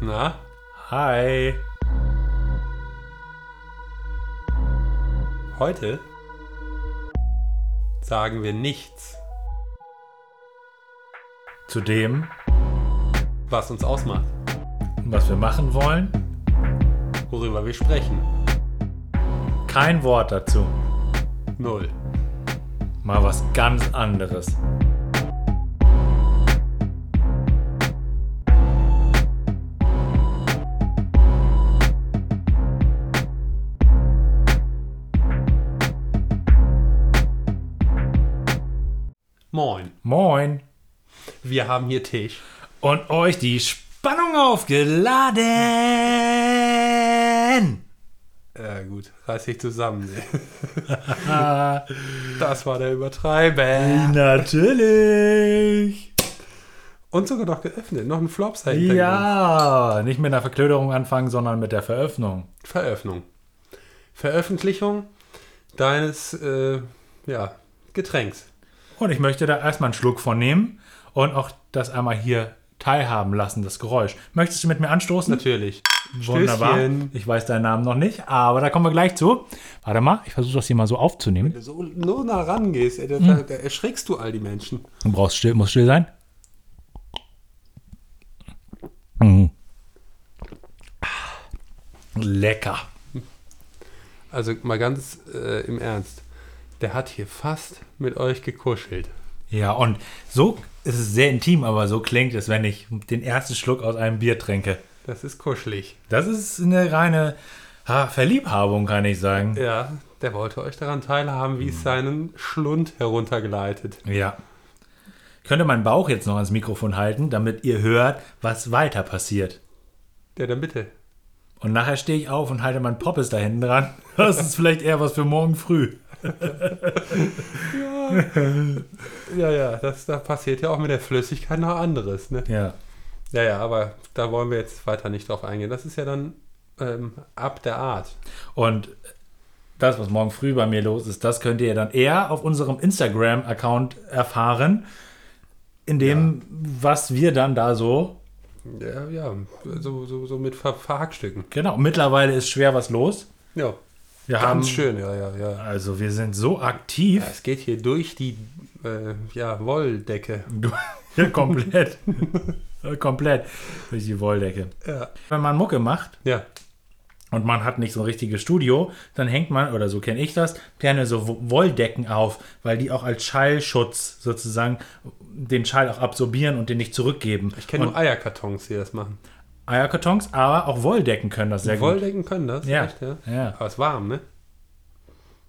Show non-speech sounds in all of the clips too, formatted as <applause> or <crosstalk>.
Na? Hi. Heute sagen wir nichts, Zu dem, was uns ausmacht, was wir machen wollen, worüber wir sprechen. kein Wort dazu. Null. Mal was ganz anderes. Moin. Moin. Wir haben hier Tisch. Und euch die Spannung aufgeladen. Äh, gut, reiß dich <laughs> zusammen. das war der Übertreiber. Natürlich. Und sogar noch geöffnet. Noch ein Flops Ja, nicht mit einer Verklöderung anfangen, sondern mit der Veröffnung. Veröffnung. Veröffentlichung deines äh, ja, Getränks. Und ich möchte da erstmal einen Schluck von nehmen und auch das einmal hier teilhaben lassen, das Geräusch. Möchtest du mit mir anstoßen? Natürlich. Wunderbar. Stößchen. Ich weiß deinen Namen noch nicht, aber da kommen wir gleich zu. Warte mal, ich versuche das hier mal so aufzunehmen. Wenn du so nur nah rangehst, ey, da, da, Hm. da erschrickst du all die Menschen. Du brauchst still, musst still sein. Mhm. Lecker. Also mal ganz äh, im Ernst. Der hat hier fast mit euch gekuschelt. Ja, und so es ist es sehr intim, aber so klingt es, wenn ich den ersten Schluck aus einem Bier trinke. Das ist kuschelig. Das ist eine reine ha, Verliebhabung, kann ich sagen. Ja, der wollte euch daran teilhaben, Mhm. wie es seinen Schlund heruntergleitet. Ja. Ich könnte meinen Bauch jetzt noch ans Mikrofon halten, damit ihr hört, was weiter passiert. Der dann bitte. Und nachher stehe ich auf und halte meinen Poppes da hinten dran. <laughs> Das ist vielleicht eher was für morgen früh. Ja, ja, das, da passiert ja auch mit der Flüssigkeit noch anderes. Ne? Ja. Ja, ja, aber da wollen wir jetzt weiter nicht drauf eingehen. Das ist ja dann ähm, ab der Art. Und das, was morgen früh bei mir los ist, das könnt ihr dann eher auf unserem Instagram-Account erfahren, in dem, was wir dann da so. Ja, ja, so, so, so mit Ver Verhackstücken. Genau, mittlerweile ist schwer was los. Ja, Wir haben, ganz schön, ja, ja, ja. Also wir sind so Ja, aktiv. Es geht hier durch die äh, ja, Wolldecke. <laughs> Du, ja, <laughs> komplett. komplett durch die Wolldecke. Ja. Wenn man Mucke macht ja. und man hat nicht so ein richtiges Studio, dann hängt man, oder so kenne ich das, gerne so Wo- Wolldecken auf, weil die auch als Schallschutz sozusagen den Schall auch absorbieren und den nicht zurückgeben. Ich kenne und nur Eierkartons, die das machen. Eierkartons, aber auch Wolldecken können das sehr gut. Wolldecken können das? Ja, Echt, ja? ja. Aber es ist warm, ne?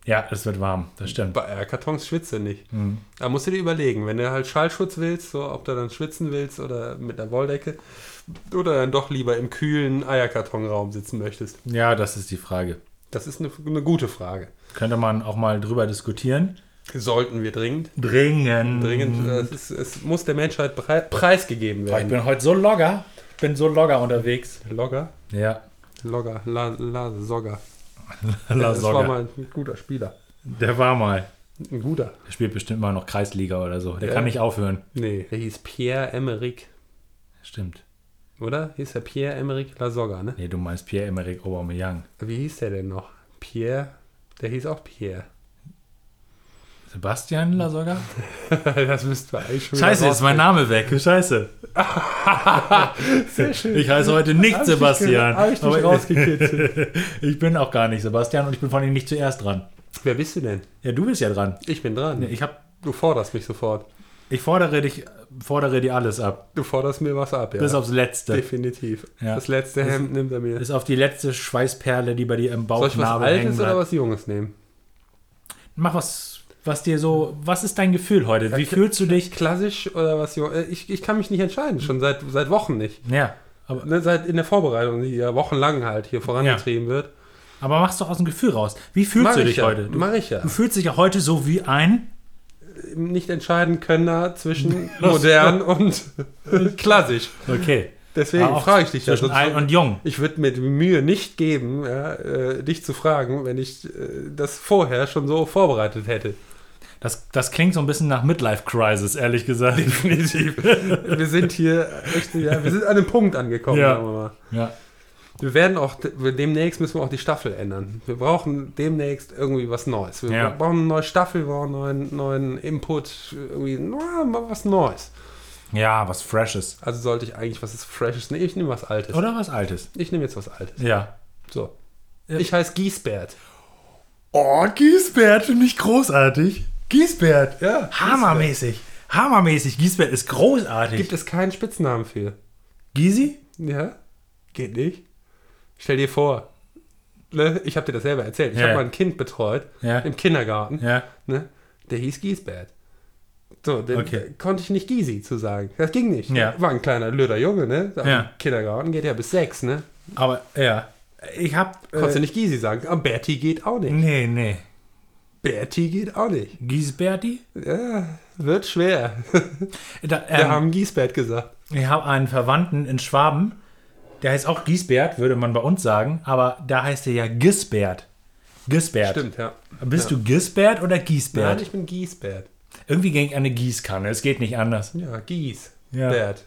Ja, es wird warm, das stimmt. Bei Eierkartons schwitzt du nicht. Mhm. Da musst du dir überlegen, wenn du halt Schallschutz willst, so ob du dann schwitzen willst oder mit der Wolldecke oder dann doch lieber im kühlen Eierkartonraum sitzen möchtest. Ja, das ist die Frage. Das ist eine, eine gute Frage. Könnte man auch mal drüber diskutieren. Sollten wir dringend? Dringen. Dringend. äh, Es, ist, es muss der Menschheit prei preisgegeben Boah, Mhm. ich werden. bin heute so logger. Ich bin so logger unterwegs. Logger? Ja. <laughs> Logger. La, la, Sogger. La das war Soga. mal ein guter Spieler. Der war mal. Ein guter. Der spielt bestimmt mal noch Kreisliga oder so. Der Ja. kann nicht aufhören. Nee. Der hieß Pierre Emerick, Stimmt. oder? Hieß er Pierre Emerick Lasogga, ne? Nee, du meinst Pierre-Emerick Aubameyang. Wie hieß der denn noch? Pierre? Der hieß auch Pierre. <laughs> Sebastian Lasogga? das müssten wir eigentlich schon wieder Scheiße, jetzt ist mein Name weg. <laughs> Scheiße. raus- Sehr schön. Ich heiße heute Hab <laughs> nicht ich dich Sebastian. ge- hab ich dich Aber <laughs> rausgekitzelt. ich bin auch gar nicht Sebastian und ich bin von ihm nicht zuerst dran. Wer bist du denn? Ja, du bist ja dran. Ich bin dran. Ich hab, du forderst mich sofort. ich fordere dich, fordere dir alles ab. Du forderst mir was ab, ja. Bis aufs Letzte. Definitiv. Ja. Das letzte Hemd nimmt er mir. Bis auf die letzte Schweißperle, die bei dir im Soll ich was Bauchnabel hängen Altes bleibt. oder was Junges nehmen? Mach was, was dir so, was ist dein Gefühl heute? Wie Ja, fühlst du dich? Klassisch oder was Junges? Ich, ich kann mich nicht entscheiden, schon seit, seit Wochen nicht. Ja, aber, Ne, seit in der Vorbereitung, die ja wochenlang halt hier vorangetrieben wird. aber mach's doch aus dem Gefühl raus. Wie fühlst du ich dich ja. heute? Du, Mach ich ja. du fühlst dich ja heute so wie ein. Nicht entscheiden können <laughs> zwischen modern und klassisch. Okay. Deswegen Aber auch frage ich dich ja. zwischen alt Sonst, und jung. ich würde mir die Mühe nicht geben, ja, äh, dich zu fragen, wenn ich äh, das vorher schon so vorbereitet hätte. Das, das klingt so ein bisschen nach Midlife-Crisis, ehrlich gesagt. <laughs> Definitiv. wir sind hier, echt, ja, wir sind an einem Punkt angekommen, Ja. sagen wir mal. Ja. Wir werden auch, demnächst müssen wir auch die Staffel ändern. Wir brauchen demnächst irgendwie was Neues. Wir Ja. brauchen eine neue Staffel, wir brauchen einen neuen, neuen Input, irgendwie na, mal was Neues. ja, was Freshes. Also sollte ich eigentlich was Freshes nehmen. Ich nehme was Altes. Oder was Altes. Ich nehme jetzt was Altes. Ja. So. Ich heiße Giesbert. Oh, Giesbert finde ich großartig. Giesbert. Ja, Hammermäßig. Hammermäßig. Giesbert ist großartig. Gibt es keinen Spitznamen für? Gysi? Ja? Geht nicht. Stell dir vor, ne? ich habe dir das selber erzählt. Ich Ja. habe mal ein Kind betreut Ja. im Kindergarten. Ja. Ne? Der hieß Giesbert. So, den Okay. konnte ich nicht Gysi zu sagen. Das ging nicht. Ja. War ein kleiner löder Junge, ne? Am Ja. Kindergarten geht ja bis sechs, ne? Aber, ja. Ich hab. Konntest Äh, du nicht Gysi sagen. Aber Berti geht auch nicht. nee, nee. Berti geht auch nicht. Giesberti? Ja, wird schwer. <laughs> Da, Wir ähm, haben Giesbert gesagt. Ich habe einen Verwandten in Schwaben, der heißt auch Giesbert, würde man bei uns sagen, aber da heißt er ja Gisbert. Gisbert. Stimmt, ja. Bist du Gisbert oder Giesbert? Nein, ich bin Giesbert. Irgendwie ging eine Gießkanne, es geht nicht anders. Ja, Gies. Ja. Bert.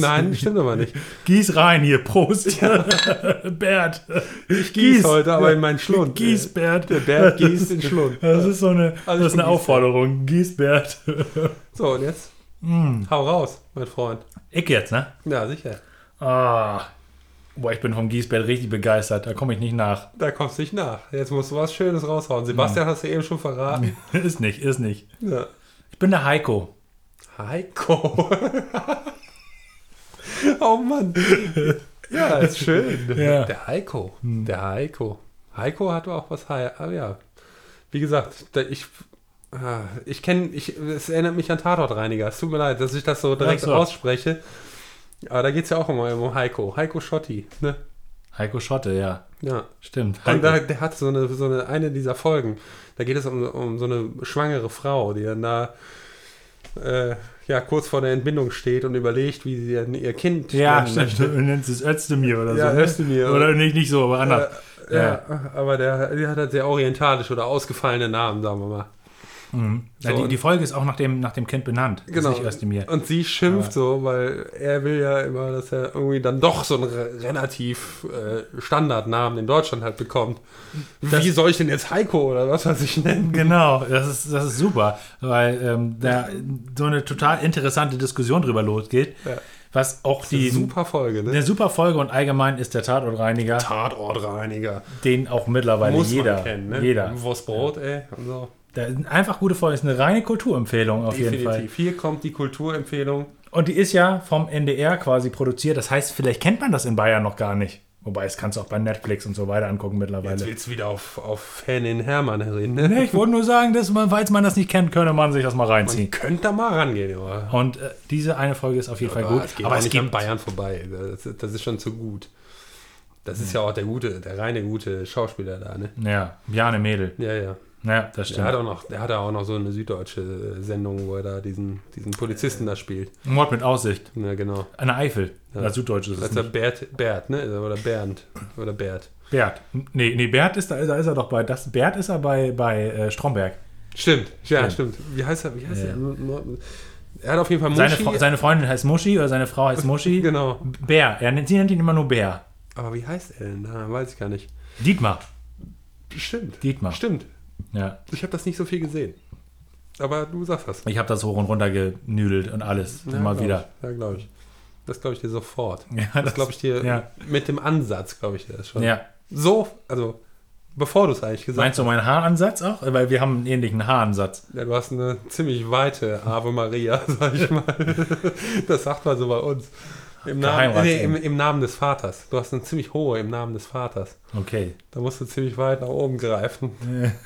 <laughs> Nein, stimmt aber nicht. Gieß rein hier, <laughs> Prost. <laughs> Bert. Ich Gieß heute, aber in meinen Schlund. Giesbert. Der Bert gießt den Schlund. Das ist so eine, Also das ist ich bin eine Aufforderung. Giesbert. <laughs> So, und jetzt? Hau raus, mein Freund. Ich jetzt, ne? Ja, sicher. Ah. Boah, ich bin vom Giesbert richtig begeistert. Da komme ich nicht nach. <laughs> Da kommst du nicht nach. Jetzt musst du was Schönes raushauen. Sebastian hast du eben schon verraten. ist nicht, ist nicht. Ja. Ich bin der Heiko. Heiko. <laughs> oh Mann. Ja, Hm. ist schön. Ja. Der Heiko. Der Heiko. Heiko hat auch was. Hei ah, ja. Wie gesagt, da ich. ah, Ich kenne, ich, es erinnert mich an Tatortreiniger. Es tut mir leid, dass ich das so direkt Ach so. ausspreche. Aber da geht es ja auch immer um Heiko. Heiko Schotti. Ne? Heiko Schotte, ja. Ja. Stimmt. Und da, der hat so eine, so eine, eine dieser Folgen, da geht es um, um so eine schwangere Frau, die dann da äh, ja, kurz vor der Entbindung steht und überlegt, wie sie dann ihr Kind ja, nennen stimmt. möchte. Du nennst es Özdemir oder ne? Ja, so. ne? Özdemir. Oder nicht, nicht so, aber anders. Äh, ja, aber der, der hat halt sehr orientalisch oder ausgefallene Namen, sagen wir mal. Ja, so. Genau. die, die Folge ist auch nach dem, nach dem Kind benannt. Das Ist nicht <laughs> Özdemir. Und sie schimpft so, weil er will ja immer, dass er irgendwie dann doch so einen re relativ äh, Standardnamen in Deutschland halt bekommt. wie soll ich denn jetzt Heiko oder was weiß ich nennen? Genau, das ist, das ist super, weil ähm, da so eine total interessante Diskussion drüber losgeht. Ja. Was auch die. Super Folge, ne? Eine super Folge und allgemein ist der Tatortreiniger, Tatortreiniger. den auch mittlerweile Muss jeder. man kennen, ne? Jeder. Wurst Brot, ey. Und so. Da sind einfach gute Folge, ist eine reine Kulturempfehlung auf jeden Fall. Definitiv. Hier kommt die Kulturempfehlung. Und die ist ja vom NDR quasi produziert. Das heißt, vielleicht kennt man das in Bayern noch gar nicht. Wobei, es kannst du auch bei Netflix und so weiter angucken Jetzt mittlerweile. willst du wieder auf, auf Fanin Hermann reden, ne? Nee, ich wollte nur sagen, dass man, falls man das nicht kennt, könne man sich das mal reinziehen. Könnt da mal rangehen, aber. Und äh, diese eine Folge ist auf jeden Fall aber gut. es geht aber auch es nicht an gibt Bayern vorbei. Das, das ist schon zu gut. Das ist ja auch der gute, der reine gute Schauspieler da, ne? Ja, Bjarne Mädel. Ja, ja. Ja, das Der stimmt. hat, auch noch, der hat ja auch noch so eine süddeutsche äh, Sendung, wo er da diesen, diesen Polizisten da spielt. Mord mit Aussicht. Ja, genau. An der Eifel. Na, Süddeutsch ist es Das ist der nicht. Bert, Bert, ne? Oder Bernd. Oder Bert. Bert. Nee, nee, Bert ist da, da ist er doch bei. Das, Bert ist er bei, bei äh, Stromberg. Stimmt, ja, stimmt. Wie heißt er? Wie heißt Ja. er? Mo- Mo- Er hat auf jeden Fall Muschi. Seine, Fre- seine Freundin heißt Muschi oder seine Frau heißt <laughs> Muschi. Genau. Bär. Er nennt, sie nennt ihn immer nur Bär. Aber wie heißt er denn? Na, weiß ich gar nicht. Dietmar. Stimmt. Dietmar. Stimmt. Ja. Ich habe das nicht so viel gesehen. Aber du sagst das. Ich habe das hoch und runter genüdelt und alles. Ja, immer glaub wieder. Ich. Ja, glaube ich. Das glaube ich dir sofort. <laughs> Ja, das glaube ich dir ja. mit dem Ansatz, glaube ich dir das schon. Ja. So, also bevor du es eigentlich gesagt Meinst du meinen Haaransatz auch? Weil wir haben einen ähnlichen Haaransatz. hast. Ja, du hast eine ziemlich weite Ave Maria, <laughs> sag ich mal. Das sagt man so bei uns. Im Namen, Geheimratsecken. nee, im, Im Namen des Vaters. Du hast eine ziemlich hohe im Namen des Vaters. Okay. Da musst du ziemlich weit nach oben greifen,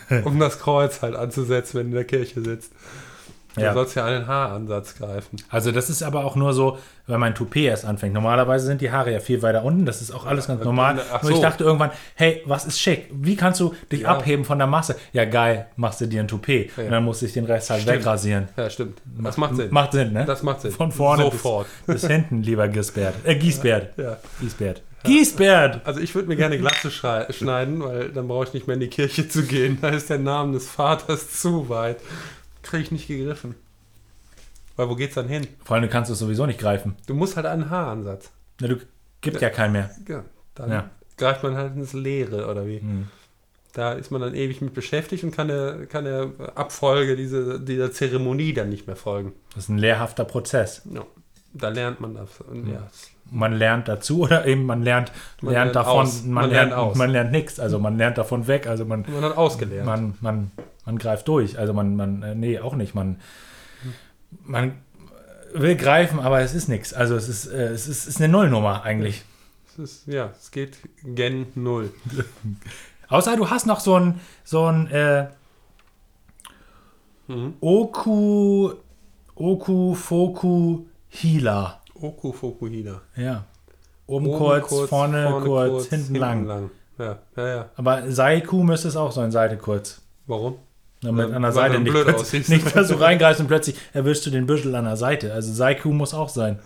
<laughs> um das Kreuz halt anzusetzen, wenn du in der Kirche sitzt. Du Ja. sollst ja an den Haaransatz greifen. Also das ist aber auch nur so, wenn mein Toupet erst anfängt. Normalerweise sind die Haare ja viel weiter unten. Das ist auch alles ganz normal. ach Nur ich so. dachte irgendwann, hey, was ist schick? Wie kannst du dich Ja. abheben von der Masse? Ja, geil, machst du dir ein Toupet. Und dann musste ich den Rest halt wegrasieren. Ja, stimmt. Das macht Sinn. Macht Sinn, ne? Das macht Sinn. Von vorne Sofort. Bis, bis hinten, lieber Gisbert. Äh, Giesbert. Ja. Giesbert. Giesbert! Also ich würde mir gerne Glatze schrei- schneiden, weil dann brauche ich nicht mehr in die Kirche <laughs> zu gehen. Da ist der Name des Vaters zu weit. kriege ich nicht gegriffen. Weil wo geht's dann hin? Vor allem, du kannst es sowieso nicht greifen. Du musst halt einen Haaransatz. Na, du gibt ja keinen mehr. Ja, dann Ja. Hm. greift man halt ins Leere oder wie. Da ist man dann ewig mit beschäftigt und kann der, kann der Abfolge dieser, dieser Zeremonie dann nicht mehr folgen. Das ist ein lehrhafter Prozess. Ja. Da lernt man das. Und Hm. ja, Man lernt dazu <laughs> oder eben man lernt, Man lernt lernt davon, aus. man, Man lernt, lernt aus. man lernt nichts. Also man lernt davon weg. Also man, man hat ausgelernt. man, man, man greift durch. Also man, man, äh, nee, auch nicht. Man, man will greifen, aber es ist nichts. Also es ist, äh, es ist, ist eine Nullnummer eigentlich. Es ist, ja, es geht gen Null. Außer du hast noch so ein, so ein äh, Mhm. Oku, Oku, Foku, Hila. Oku Fukuhida. Ja. Oben, Um kurz, vorne, kurz, hinten, lang. Ja, ja, ja. Aber Saiku müsste es auch sein, Seite kurz. Warum? Damit Ja, an der weil Seite du nicht, blöd plötzlich- aussiehst. nicht, dass du reingreifst und plötzlich erwischst du den Büschel an der Seite. Also Saiku muss auch <laughs> sein.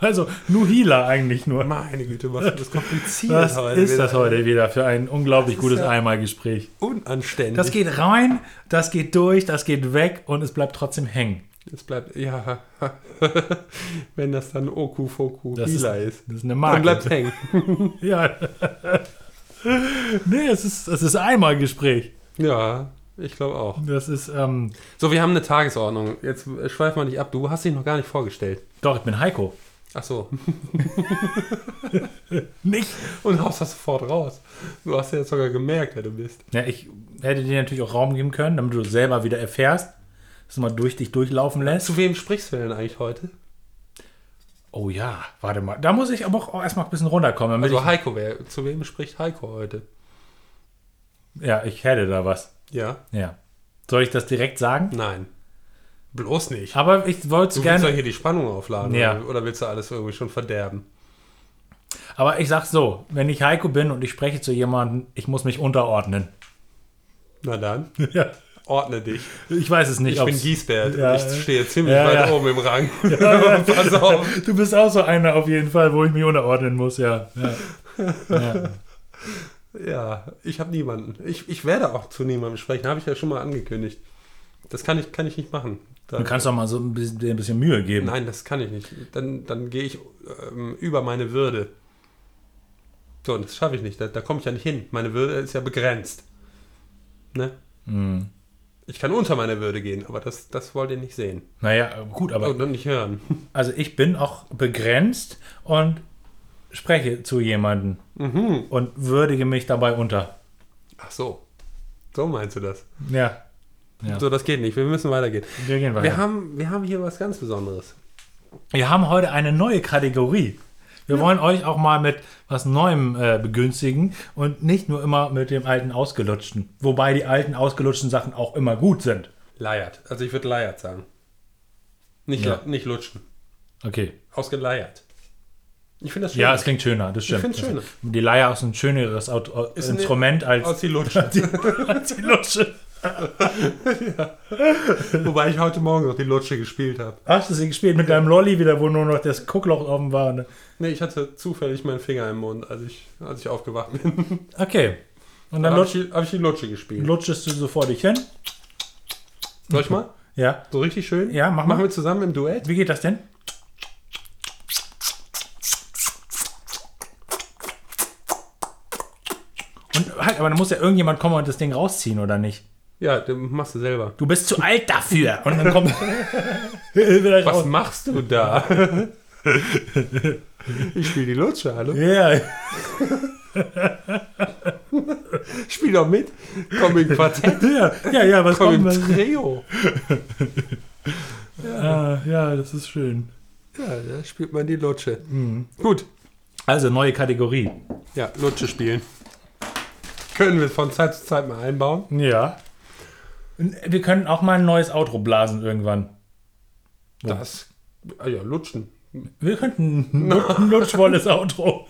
Also nur Hila eigentlich <laughs> nur. Meine Güte, was ist das <laughs> kompliziert Was ist das wieder? heute wieder für ein unglaublich Das ist gutes ja- Einmalgespräch? Unanständig. Das geht rein, das geht durch, das geht weg und es bleibt trotzdem hängen. Es bleibt, ja, <laughs> wenn das dann Oku Foku Das Hila ist, ist. das ist eine Dann bleibt Marke. hängen. <laughs> Ja. nee, es ist, es ist Einmalgespräch. Ja, ich glaube auch. Das ist, ähm, So, wir haben eine Tagesordnung. Jetzt schweif mal nicht ab. Du hast dich noch gar nicht vorgestellt. doch, ich bin Heiko. Ach so. <laughs> Nicht Und haust das sofort raus. Du hast ja jetzt sogar gemerkt, wer du bist. Ja, ich hätte dir natürlich auch Raum geben können, damit du selber wieder erfährst, dass du mal durch dich durchlaufen lässt. Zu wem sprichst du denn eigentlich heute? Oh ja, warte mal. Da muss ich aber auch erstmal ein bisschen runterkommen. Damit Also Heiko, wer, zu wem spricht Heiko heute? ich, ja, ich hätte da was. Ja? Ja. Soll ich das direkt sagen? Nein. Bloß nicht. Aber ich wollte Du es willst ja gerne. hier die Spannung aufladen. Ja. Oder, oder willst du alles irgendwie schon verderben? Aber ich sag's so: Wenn ich Heiko bin und ich spreche zu jemandem, ich muss mich unterordnen. <laughs> Na dann, Ja. ordne dich. Ich weiß es nicht. Ich bin ob's- Giesbert Ja, und ich stehe ziemlich ja, weit ja. oben im <laughs> Rang. <laughs> Pass auf. Du bist auch so einer auf jeden Fall, wo ich mich unterordnen muss, ja. ja. ja. Ja, ich habe niemanden. Ich, ich werde auch zu niemandem sprechen, habe ich ja schon mal angekündigt. Das kann ich, kann ich nicht machen. Da- Du kannst doch mal so ein bisschen, dir ein bisschen Mühe geben. Nein, das kann ich nicht. Dann, dann gehe ich ähm, über meine Würde. So, und das schaffe ich nicht. Da, da komme ich ja nicht hin. Meine Würde ist ja begrenzt. Ne? Hm. Ich kann unter meine Würde gehen, aber das, das wollt ihr nicht sehen. Naja, gut, aber Und dann nicht hören. <laughs> Also ich bin auch begrenzt und spreche zu jemandem Mhm. und würdige mich dabei unter. Ach so. So meinst du das? Ja, Ja. So, das geht nicht. Wir müssen weitergehen. wir gehen weiter. Wir haben, wir haben hier was ganz Besonderes. Wir haben heute eine neue Kategorie. Wir wollen euch auch mal mit was Neuem äh, begünstigen und nicht nur immer mit dem alten Ausgelutschten. Wobei die alten ausgelutschten Sachen auch immer gut sind. Leiert. Also ich würde leiert sagen. Nicht, Ja. la- nicht lutschen. Okay. Ausgeleiert. Ich finde das schön. Ja, es klingt schöner, das stimmt. find's schöner. Die Leier ist ein schöneres Aut Au- Ist ein- Instrument als, aus die Lutschen. <laughs> als die Lutsche. Wobei ich heute Morgen noch die Lutsche gespielt habe. Hast du sie gespielt mit deinem Lolli wieder, wo nur noch das Guckloch offen war? Ne? Nee, ich hatte zufällig meinen Finger im Mund, als ich, als ich aufgewacht bin. Okay. Dann Und dann habe ich, lutsch, die- hab ich die Lutsche gespielt. lutschest du so vor dich hin. Soll ich mal? Ja. So richtig schön? Ja, mach mal. Machen wir zusammen im Duett? Wie geht das denn? Und halt, aber da muss ja irgendjemand kommen und das Ding rausziehen, oder nicht? Ja, dann machst du selber. Du bist zu alt dafür. Und dann <laughs> kommt. Wieder Was raus. machst du da? <laughs> ich spiele die Lutsche, hallo? Ja. Spiel doch mit. Komm im <laughs> Quartett, ja, ja, ja, was komm im kommt? Trio. Ah, ja, das ist schön. Ja, da spielt man die Lutsche. Mhm. Gut. Also, neue Kategorie. Ja, Lutsche spielen. Können wir von Zeit zu Zeit mal einbauen? Ja. Wir können auch mal ein neues Outro blasen irgendwann. Das. Ah ja, lutschen. Wir könnten ein <laughs> Lut- ein lutschvolles Outro.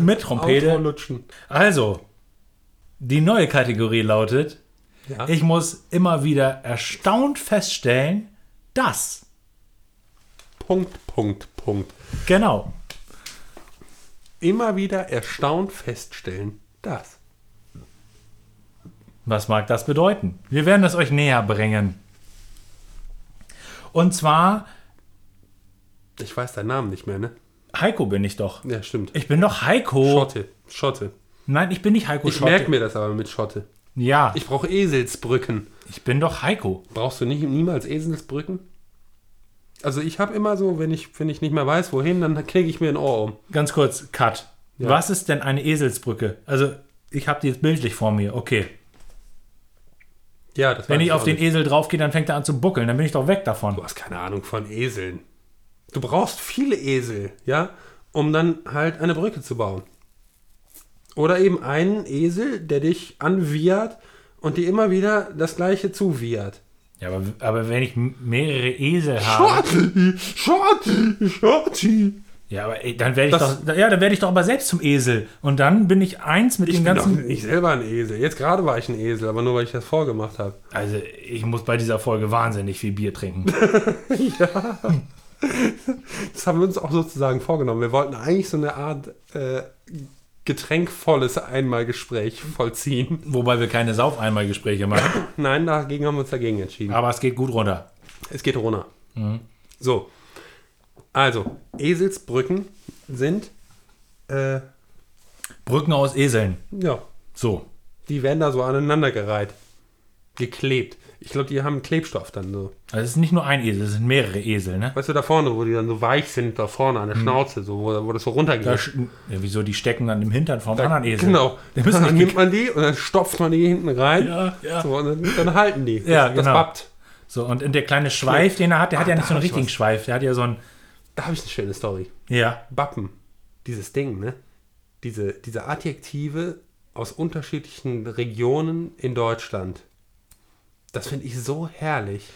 Mit Outro Trompete. lutschen. Also, die neue Kategorie lautet, Ja. ich muss immer wieder erstaunt feststellen, dass. Punkt, Punkt, Punkt. Genau. Immer wieder erstaunt feststellen, dass. Was mag das bedeuten? Wir werden es euch näher bringen. Und zwar, Ich weiß deinen Namen nicht mehr, ne? Heiko bin ich doch. Ja, stimmt. Ich bin doch Heiko. Schotte. Schotte. Nein, ich bin nicht Heiko Ich merke mir das aber mit Schotte. Ja, ich, Ich brauche Eselsbrücken. bin doch Heiko. Brauchst du nicht, niemals Eselsbrücken? Also ich habe immer so, wenn ich, wenn ich nicht mehr weiß, wohin, dann kriege ich mir ein Ohr um. Ganz kurz, Cut. Ja. Was ist denn eine Eselsbrücke? Also, ich habe die jetzt bildlich vor mir. Okay. Ja, das Wenn weiß ich auf auch den nicht. Esel draufgehe, dann fängt er an zu buckeln. Dann bin ich doch weg davon. Du hast keine Ahnung von Eseln. Du brauchst viele Esel, ja, um dann halt eine Brücke zu bauen. Oder eben einen Esel, der dich anwiehert und dir immer wieder das Gleiche zuwiehert. Ja, aber, aber wenn ich m- mehrere Esel habe. Schotti, Schotti, Schotti. Ja, aber ey, dann werde ich Das- doch. Ja, dann werde ich doch aber selbst zum Esel. Und dann bin ich eins mit Ich dem bin doch ganzen. nicht selber ein Esel. Jetzt gerade war ich ein Esel, aber nur weil ich das vorgemacht habe. Also, ich muss bei dieser Folge wahnsinnig viel Bier trinken. <laughs> Das haben wir uns auch sozusagen vorgenommen. Wir wollten eigentlich so eine Art äh, getränkvolles Einmalgespräch vollziehen. Wobei wir keine Sauf-Einmal-Gespräche machen. Nein, dagegen haben wir uns dagegen entschieden. Aber es geht gut runter. Es geht runter. Mhm. So. Also, Eselsbrücken sind, äh, Brücken aus Eseln. ja, So. die werden da so aneinandergereiht. Geklebt. Ich glaube, die haben Klebstoff dann so. Also, es ist nicht nur ein Esel, es sind mehrere Esel, ne? Weißt du, da vorne, wo die dann so weich sind, da vorne an der Schnauze, so, wo, wo das so runtergeht. Mhm. Da, sch- ja, wieso? Die stecken dann im Hintern vom Da- anderen Esel. Genau. Die <laughs> müssen dann nicht nimmt man die und dann stopft man die hinten rein. Ja, ja. So, und dann, dann halten die. Ja, das, genau. das pappt. So, und, und der kleine Schweif, den er hat, der hat ja nicht so einen hab ich richtigen Schweif. Der hat ja so einen. Da habe ich eine schöne Story. Ja. Bappen. Dieses Ding, ne? Diese, diese Adjektive aus unterschiedlichen Regionen in Deutschland. Das finde ich so herrlich.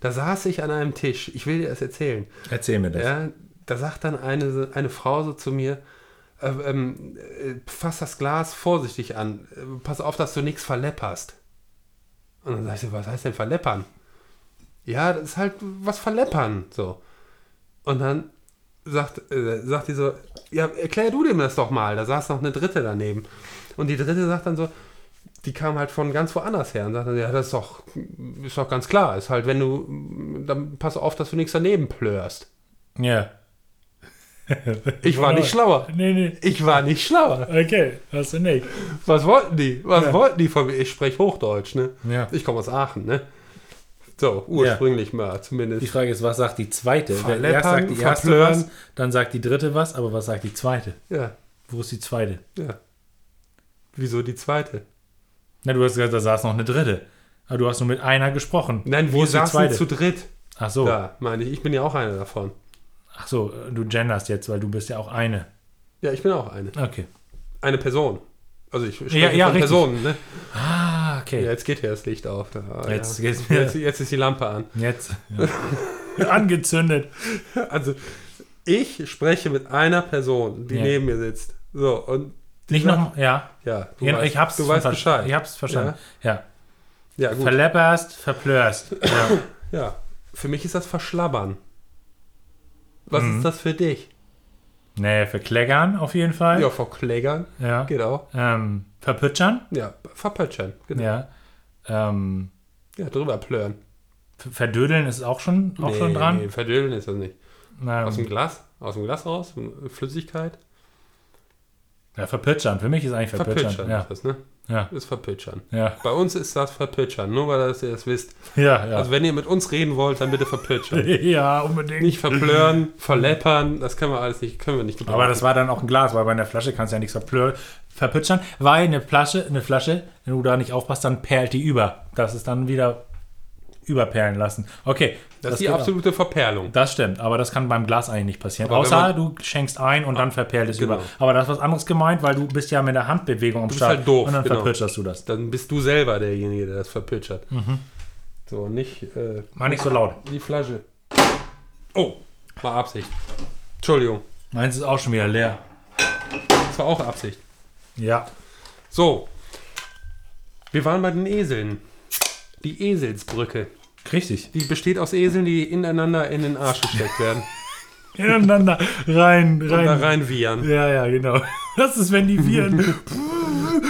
Da saß ich an einem Tisch. Ich will dir das erzählen. Erzähl mir das. Ja, da sagt dann eine, eine Frau so zu mir, äh, ähm, äh, fass das Glas vorsichtig an, äh, pass auf, dass du nichts verlepperst. Und dann sag ich so, was heißt denn verleppern? Ja, das ist halt was verleppern, so. Und dann sagt, äh, sagt die so, ja, erklär du dem das doch mal. Da saß noch eine Dritte daneben. Und die Dritte sagt dann so, die kam halt von ganz woanders her und sagt dann, ja, das ist doch, ist doch ganz klar. Ist halt, wenn du, dann pass auf, dass du nichts daneben plörst. Ja. Ich war nicht schlauer. Nee, nee. Ich war nicht schlauer. Okay, hast du nicht. Was wollten die? Was Ja. wollten die von mir? Ich spreche Hochdeutsch, ne? Ja. Ich komme aus Aachen, ne? So, ursprünglich mal Die zumindest. Frage ist, was sagt die zweite? Wer Verleppern, erst sagt die erste verplören. was, dann sagt die dritte was, aber was sagt die zweite? Ja, Wo ist die zweite? ja. Wieso die zweite? Na, du hast gesagt, da saß noch eine dritte. Aber du hast nur mit einer gesprochen. Nein, Wo wir ist die saßen zweite? zu dritt. Ach so. Ja, meine ich. Ich bin ja auch einer davon. Ach so, du genderst jetzt, weil du bist ja auch eine. Ja, ich bin auch eine. Okay. Eine Person. Also ich spreche Ja, ja, von richtig. Personen, ne? Ah, Ja, okay. jetzt geht hier das Licht auf. Ja, Jetzt ja. geht's <laughs> mir- Jetzt, jetzt ist die Lampe an. <laughs> Jetzt. Ja. Angezündet. Also ich spreche mit einer Person, die Ja. neben mir sitzt. So, und die Nicht sagt- noch, ja. Ja, du Ja, weißt, ich hab's du weißt ver- Bescheid. Ich hab's verstanden. Ja. Ja, gut. <clears throat> Verlepperst, verplörst. Ja. ja. Für mich ist das Verschlabbern. Was Mhm. ist das für dich? nee, verkleckern auf jeden Fall. Ja, verklägern, Ja. genau. Ähm, verpütschern. Ja, verpötschern, genau. Ja, Ja. Ähm, drüber plören. ver- verdödeln ist auch schon, auch schon dran. nee, Also- verdödeln ist das nicht. Aus dem Ähm, Glas, aus dem Glas raus, Flüssigkeit. ja, verpütschern. Für mich ist eigentlich verpütschern. Verpötschern ist Ja. das, ne? Ja. Ist verpötschern. Ja. <laughs> Bei uns ist das verpötschern, nur weil dass ihr das wisst. Ja, ja. Also wenn ihr mit uns reden wollt, dann bitte verpötschern. <laughs> ja, unbedingt. nicht verplören, verleppern, das können wir alles nicht, können wir nicht gebrauchen. Aber das war dann auch ein Glas, weil bei einer Flasche kannst du ja nichts verplö- verpütschern. Weil eine Flasche, eine Flasche, wenn du da nicht aufpasst, dann perlt die über. Das ist dann wieder überperlen lassen. Okay. Das ist die geht auch. absolute Verperlung. Das stimmt, aber das kann beim Glas eigentlich nicht passieren. Aber wenn Außer man- du schenkst ein und dann verperlt es Genau. über. Aber das ist was anderes gemeint, weil du bist ja mit der Handbewegung am bist Start halt doof, und dann genau. verpirtscherst du das. dann bist du selber derjenige, der das verpitschert. Mhm. So, nicht äh, Mach nicht so laut. die Flasche. Oh, war Absicht. Entschuldigung, Meins ist auch schon wieder leer. das war auch Absicht. Ja. So, wir waren bei den Eseln. Die Eselsbrücke. Richtig. Die besteht aus Eseln, die ineinander in den Arsch gesteckt werden. <laughs> Ineinander rein, Und da rein. rein wiehern. <laughs> Ja, ja, genau. Das ist, wenn die Viren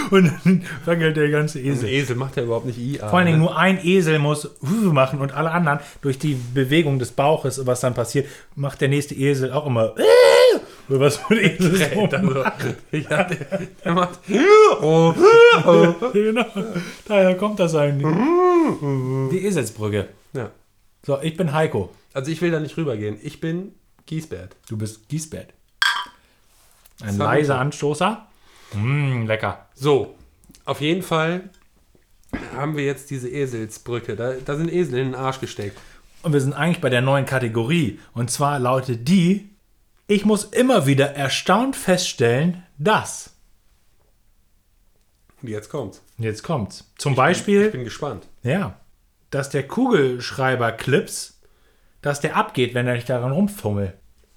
und dann wackelt der ganze Ein Esel. Esel macht ja überhaupt nicht IA. Vor allen Dingen ne? nur ein Esel muss <laughs> machen und alle anderen durch die Bewegung des Bauches, was dann passiert, macht der nächste Esel auch immer <laughs> was für ein Esel <laughs> so Alter, macht. <laughs> so. ja, der, der macht. <laughs> genau. Daher kommt das eigentlich. Mhm. Die Eselsbrücke. Ja. So, ich bin Heiko. Also ich will da nicht rübergehen. Ich bin Giesbert. Du bist Giesbett. Ein Sammler. leiser Anstoßer. Mm, lecker. So, auf jeden Fall haben wir jetzt diese Eselsbrücke. Da, da sind Esel in den Arsch gesteckt. Und wir sind eigentlich bei der neuen Kategorie. Und zwar lautet die, ich muss immer wieder erstaunt feststellen, dass. Und jetzt kommt's. Jetzt kommt's. Zum Ich Beispiel, bin gespannt. ja, dass der Kugelschreiber-Clips, dass der abgeht, wenn er nicht daran rumfummel.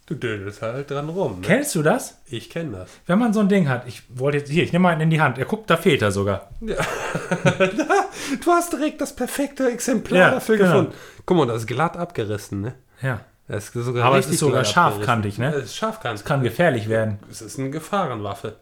Du dödelst halt dran rum. Ne? Kennst du das? Ich kenn das. Wenn man so ein Ding hat, ich wollte jetzt, hier, ich nehme mal einen in die Hand. Er guckt, da fehlt er sogar. Du hast direkt das perfekte Exemplar Ja, dafür genau. gefunden. Guck mal, das ist glatt abgerissen, ne? Ja. Das ist sogar Aber es richtig ist sogar glatt scharfkantig, abgerissen. ne? Es ist scharfkantig. Kann gefährlich werden. Es ist eine Gefahrenwaffe.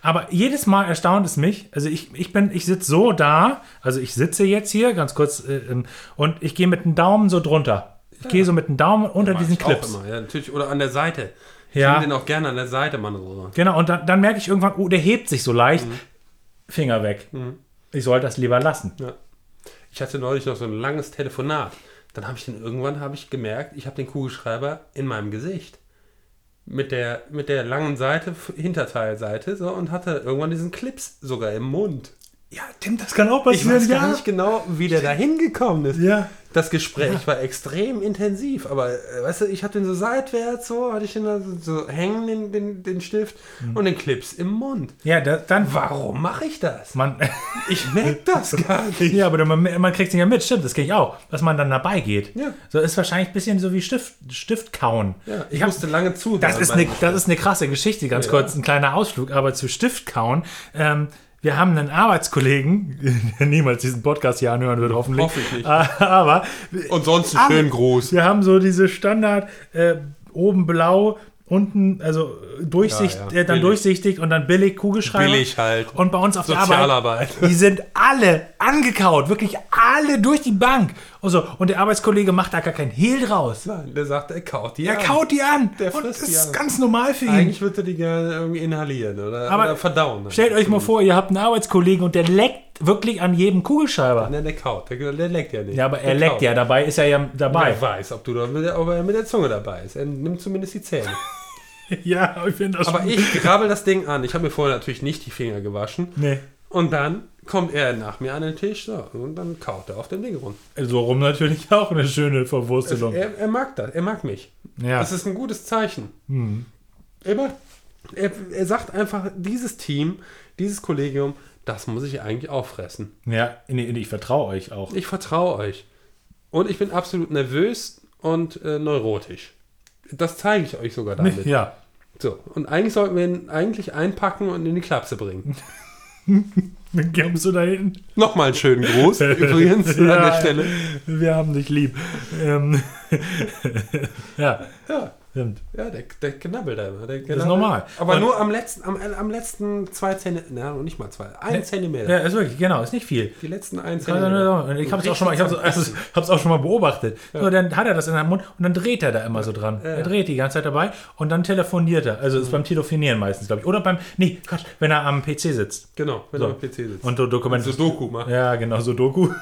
Aber jedes Mal erstaunt es mich. Also ich, ich bin, ich sitze so da, also ich sitze jetzt hier, ganz kurz, äh, ähm, und ich gehe mit dem Daumen so drunter. Ich gehe so mit dem Daumen unter Mach diesen ich Clips. Auch immer. Ja, natürlich. Oder an der Seite. Ich Ja. nehme den auch gerne an der Seite, Mann. So. Genau, und dann, dann merke ich irgendwann, oh, der hebt sich so leicht. Finger weg. Ich soll das lieber lassen. Ich hatte neulich noch so ein langes Telefonat. Dann habe ich den irgendwann habe ich gemerkt, ich habe den Kugelschreiber in meinem Gesicht. Mit der, mit der langen Seite, F- Hinterteilseite, so, und hatte irgendwann diesen Clips sogar im Mund. Ja, Tim, das kann auch Ich weiß gar nicht genau, wie der da hingekommen ist. Ja. Das Gespräch war extrem intensiv, aber äh, weißt du, ich hatte den so seitwärts, so hatte ich den da so, so hängen, den, den, den Stift Mhm. und den Clips im Mund. Ja, da, dann war Warum mache ich das? man. Ich merke das <laughs> gar nicht. ja, aber man, man kriegt es ja mit. Stimmt, das kenne ich auch. Dass man dann dabei geht. Ja. So ist wahrscheinlich ein bisschen so wie Stift, Stift kauen. Ja, ich, hab- musste lange zuhören. Das ist, beim eine, das ist eine krasse Geschichte, ganz Ja. kurz, ein kleiner Ausflug, aber zu Stiftkauen. Ähm, wir haben einen Arbeitskollegen, <laughs> der niemals diesen Podcast hier anhören wird, hoffentlich. Ah, Hoffe ich nicht. Aber Und sonst Ah. einen schönen Gruß. wir haben so diese Standard, äh, oben blau, unten, also äh, durchsicht, Ja, ja. Äh, dann Billig. durchsichtig und dann billig Kugelschreiber. Billig halt. Und bei uns auf der Arbeit, Sozialarbeit. <laughs> die sind alle angekaut, wirklich alle durch die Bank. Und, so. und der Arbeitskollege macht da gar keinen Hehl draus. Nein, <laughs> der sagt, er kaut die Er an. kaut die an. Der und das frisst die ist an. ganz normal für ihn. Eigentlich würde die gerne irgendwie inhalieren oder, Aber oder verdauen. Stellt euch mal vor, ihr habt einen Arbeitskollegen und der leckt wirklich an jedem Kugelschreiber. Nein, der kaut. Der, der leckt ja nicht. Ja, aber er Der leckt kaut. ja, dabei ist er ja dabei. Wer weiß, ob, du da mit der, ob er mit der Zunge dabei ist. Er nimmt zumindest die <laughs> Zähne. Ja, ich finde das Aber ich grabbel das Ding an. Ich habe mir vorher natürlich nicht die Finger gewaschen. Nee, Und dann kommt er nach mir an den Tisch so, und dann kaut er auf dem Ding rum. so rum natürlich <laughs> auch eine schöne Verwurstelung. Er, er mag das, er mag mich. ja. Hm. Das ist ein gutes Zeichen. Er, macht, er, er sagt einfach, dieses Team, dieses Kollegium, das muss ich eigentlich auffressen. ja, nee, nee, ich vertraue euch auch. Ich vertraue euch. Und ich bin absolut nervös und äh, neurotisch. Das zeige ich euch sogar damit. <laughs> Ja. So, und eigentlich sollten wir ihn eigentlich einpacken und in die Klapse bringen. Dann kommst du da hinten. Nochmal einen schönen <laughs> Gruß übrigens an der Stelle. Wir haben dich lieb. Ähm, <laughs> ja, Ja, stimmt. ja der, der knabbelt da immer. Der knabbelt. normal. Aber Und- nur am letzten, am, am letzten zwei Zentimeter, na, noch nicht mal zwei, ein Zentimeter. Ja, ist wirklich, genau, ist nicht viel. Die letzten ein Also, Zentimeter. Ich habe es auch schon mal, ich hab's, also, hab's auch schon mal beobachtet. So, dann hat er das in seinem Mund und dann dreht er da immer so dran. Er dreht die ganze Zeit dabei und dann telefoniert er. Also Mhm. ist beim Telefonieren meistens, glaube ich. Oder beim, nee, Quatsch, wenn er am PC sitzt Genau, wenn So. du am PC sitzt. und so Dokumente. so Doku machen. ja, genau, so Doku. <laughs>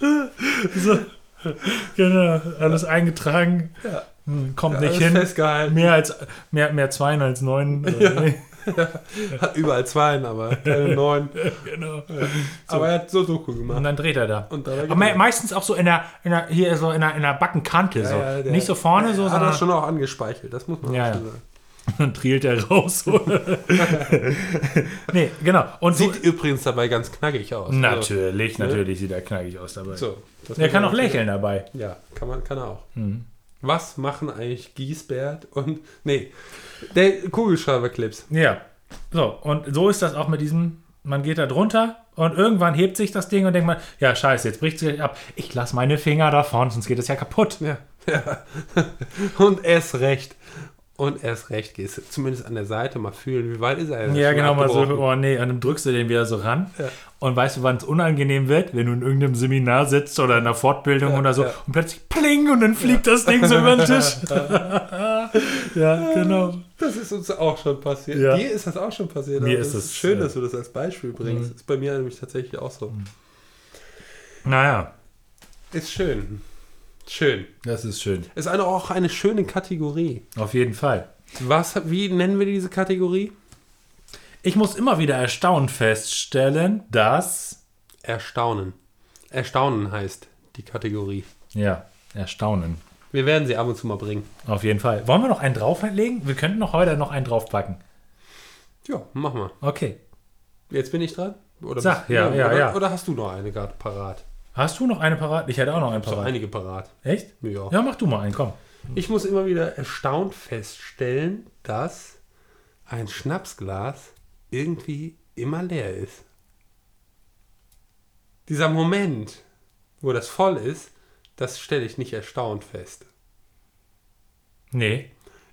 so, genau, alles eingetragen. Ja. Hm, Kommt Ja, nicht alles hin. festgehalten. Mehr als mehr, mehr Zweien als Neun. Ja. Hat überall Zweien, aber keine Neun. <laughs> genau. Aber er hat so Doku Und gemacht. dann dreht er da. Und dabei Aber geht me er. meistens auch so in der, in der hier so in der, in der Backenkante so. ja, der- Nicht so vorne so, Hat er sondern schon auch angespeichelt, das muss man Ja, auch schon ja. sagen. <laughs> dann trielt er raus. <laughs> So. nee, genau. Und so, Sieht übrigens dabei ganz knackig aus. natürlich, natürlich sieht er knackig aus dabei. Also, so, das Er muss kann man auch lächeln dabei. Ja, kann, man, kann er auch. Mhm. Was machen eigentlich Giesbert und. Nee, der Kugelschreiberclips. Ja. So, und so ist das auch mit diesem, man geht da drunter und irgendwann hebt sich das Ding und denkt man, ja, scheiße, jetzt bricht es gleich ab. Ich <laughs> lasse meine Finger davon, sonst geht es ja kaputt. Ja. ja. und erst recht. Und erst recht gehst du zumindest an der Seite mal fühlen, wie weit ist er jetzt Ja, schon genau, mal so, abgebrochen? oh nee, und dann drückst du den wieder so ran. Ja. Und weißt du, wann es unangenehm wird? Wenn du in irgendeinem Seminar sitzt oder in einer Fortbildung oder so ja. und plötzlich pling und dann fliegt das Ding so über <laughs> den Tisch. ja, genau. Das ist uns auch schon passiert. Ja. Dir ist das auch schon passiert. Mir aber ist es es, schön, äh, Mhm. dass du das als Beispiel bringst. Ist bei mir nämlich tatsächlich auch so. Naja, Ist schön. Schön. das ist schön. Ist eine, auch eine schöne Kategorie. Auf jeden Fall. Was, wie nennen wir diese Kategorie? Ich muss immer wieder erstaunt feststellen, dass. Erstaunen. Erstaunen heißt die Kategorie. Ja, erstaunen. Wir werden sie ab und zu mal bringen. Auf jeden Fall. Wollen wir noch einen drauflegen? Wir könnten noch heute noch einen draufpacken. Ja, mach mal. Okay. Jetzt bin ich dran? Oder Sag, bist- ja, ja, oder, ja. Oder hast du noch eine gerade parat? Hast du noch eine parat? Ich hätte auch noch einen Ich habe parat. einige parat. Echt? Ja. Ja, mach du mal einen, komm. Ich muss immer wieder erstaunt feststellen, dass ein Schnapsglas irgendwie immer leer ist. Dieser Moment, wo das voll ist, das stelle ich nicht erstaunt fest. Nee,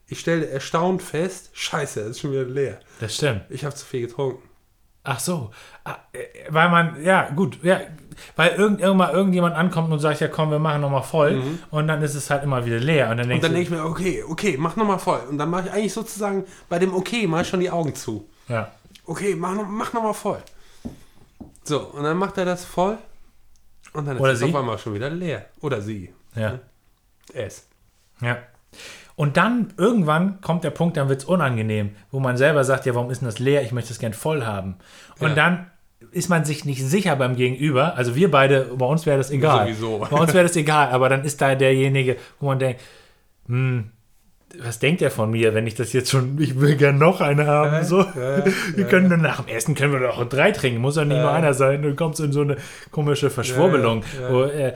Ich stelle erstaunt fest, scheiße, es ist schon wieder leer. das stimmt. Ich habe zu viel getrunken. Ach so. Ah, äh, Weil man, ja, gut, ja. Weil irgend, irgendwann irgendjemand ankommt und sagt, ja komm, wir machen nochmal voll. Und dann ist es halt immer wieder leer. Und dann Mhm. Und denkst dann du, denke ich mir, okay, okay, mach nochmal voll. Und dann mache ich eigentlich sozusagen bei dem okay mal schon die Augen zu. ja. Okay, mach, noch- mach nochmal voll. So, und dann macht er das voll. Und dann Oder ist es sie. auf einmal schon wieder leer. Oder sie. Ja. Es. Ja. Und dann irgendwann kommt der Punkt, dann wird es unangenehm, wo man selber sagt, ja, warum ist denn das leer? Ich möchte es gern voll haben. Und Ja. dann ist man sich nicht sicher beim Gegenüber. Also wir beide, bei uns wäre das egal. Sowieso. Bei uns wäre das egal, aber dann ist da derjenige, wo man denkt, hm, was denkt er von mir, wenn ich das jetzt schon, ich will gern noch eine haben. Ja, so. ja, wir können nur nach dem Essen können wir doch auch drei trinken. Muss doch nicht nur einer sein. Du kommst in so eine komische Verschwurbelung. ja. Wo, äh,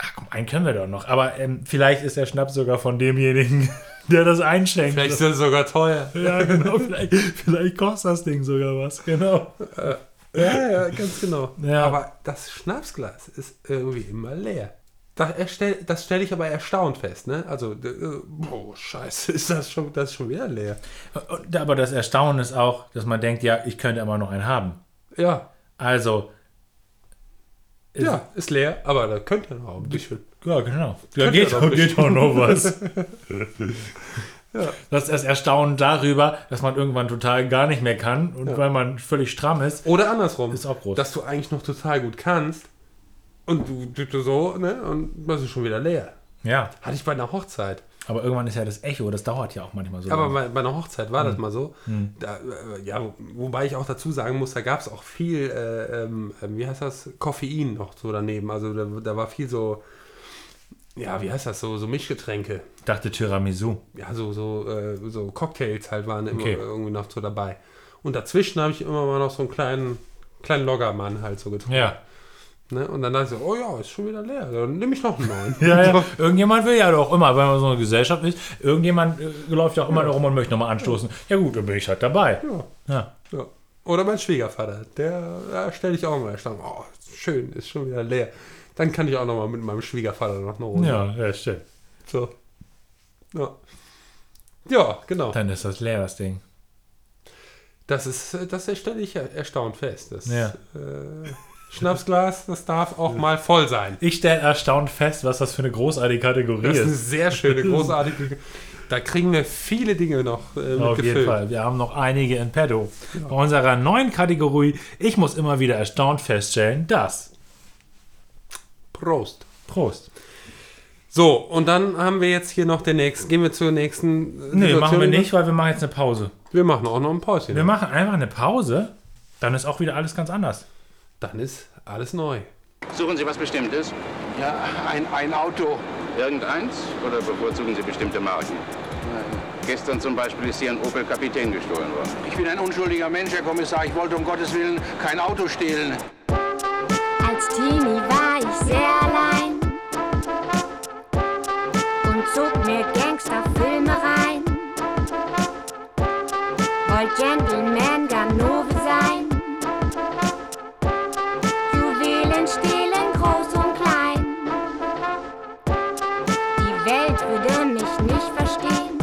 Ach komm, einen können wir doch noch. Aber ähm, vielleicht ist der Schnaps sogar von demjenigen, <laughs> der das einschenkt. <laughs> Vielleicht ist es sogar teuer. ja, genau. Vielleicht, vielleicht kostet das Ding sogar was. Genau. Ja, ja, ganz genau. Ja. Aber das Schnapsglas ist irgendwie immer leer. Das, erstell- das stelle ich aber erstaunt fest, ne? Also, äh, oh, scheiße, <laughs> ist das schon, das ist schon wieder leer. Und, aber das Erstaunen ist auch, dass man denkt, ja, ich könnte immer noch einen haben. Ja, Also, Ist- ja, ist leer, aber da könnte noch ein bisschen. ja, genau. Da Könnte geht, doch geht auch noch was. <laughs> Das ist das Erstaunen darüber, dass man irgendwann total gar nicht mehr kann und weil man völlig stramm ist. Oder andersrum. Ist auch groß. Dass du eigentlich noch total gut kannst und du, du, du so, ne? Und das ist schon wieder leer. Ja, Hatte ich bei einer Hochzeit. aber irgendwann ist ja das Echo, das dauert ja Mhm. auch manchmal so Aber lange. bei, bei einer Hochzeit war das mal so. Da, äh, ja, wo- wobei ich auch dazu sagen muss, da gab es auch viel, äh, ähm, ähm, wie heißt das, Koffein noch so daneben. Also da, da war viel so, ja, wie heißt das, so, so Mischgetränke. Ich dachte Tiramisu. Ja, so, so, äh, so Cocktails halt waren immer Okay. irgendwie noch so dabei. Und dazwischen habe ich immer mal noch so einen kleinen, kleinen Loggermann halt so getrunken. Ja. Ne? Und dann dachte ich so, oh ja, ist schon wieder leer. Dann nehme ich noch einen neuen. <laughs> Ja, ja. So. Irgendjemand will ja doch immer, wenn man so eine Gesellschaft ist, irgendjemand äh, läuft ja auch immer noch rum und möchte nochmal anstoßen. Ja gut, dann bin ich halt dabei. <laughs> Ja. Ja. Ja. Oder mein Schwiegervater, der, da stelle ich auch mal erstaunt. Oh, schön, ist schon wieder leer. Dann kann ich auch noch mal mit meinem Schwiegervater noch eine Runde. Oh Ja, ja, stimmt. So. Ja. ja, genau. Dann ist das leer, das Ding. Das ist, äh, das stelle ich er- erstaunt fest. Das Ja. äh, Schnapsglas, das darf auch mal voll sein. Ich stelle erstaunt fest, was das für eine großartige Kategorie Das ist eine ist. sehr <laughs> schöne, großartige. Da kriegen wir viele Dinge noch äh, mit Auf jeden gefüllt. Fall. Wir haben noch einige in petto. Bei unserer neuen Kategorie, ich muss immer wieder erstaunt feststellen, dass. Prost. Prost. So, und dann haben wir jetzt hier noch den nächsten. Gehen wir zur nächsten. äh, Nee, machen Situation wir über? nicht, weil wir machen jetzt eine Pause. Wir machen auch noch ein Päuschen. Wir machen einfach eine Pause, dann ist auch wieder alles ganz anders. Dann ist alles neu. Suchen Sie was Bestimmtes? Ja, ein, ein Auto. Irgendeins? Oder bevorzugen Sie bestimmte Marken? Gestern zum Beispiel ist hier ein Opel Kapitän gestohlen worden. Ich bin ein unschuldiger Mensch, Herr Kommissar. Ich wollte um Gottes Willen kein Auto stehlen. Als Teenie war ich sehr allein und zog mir Gangsterfilme rein. Wollt Gentleman Ganove sein, Juwelen stehlen, groß und klein. Die Welt würde mich nicht verstehen,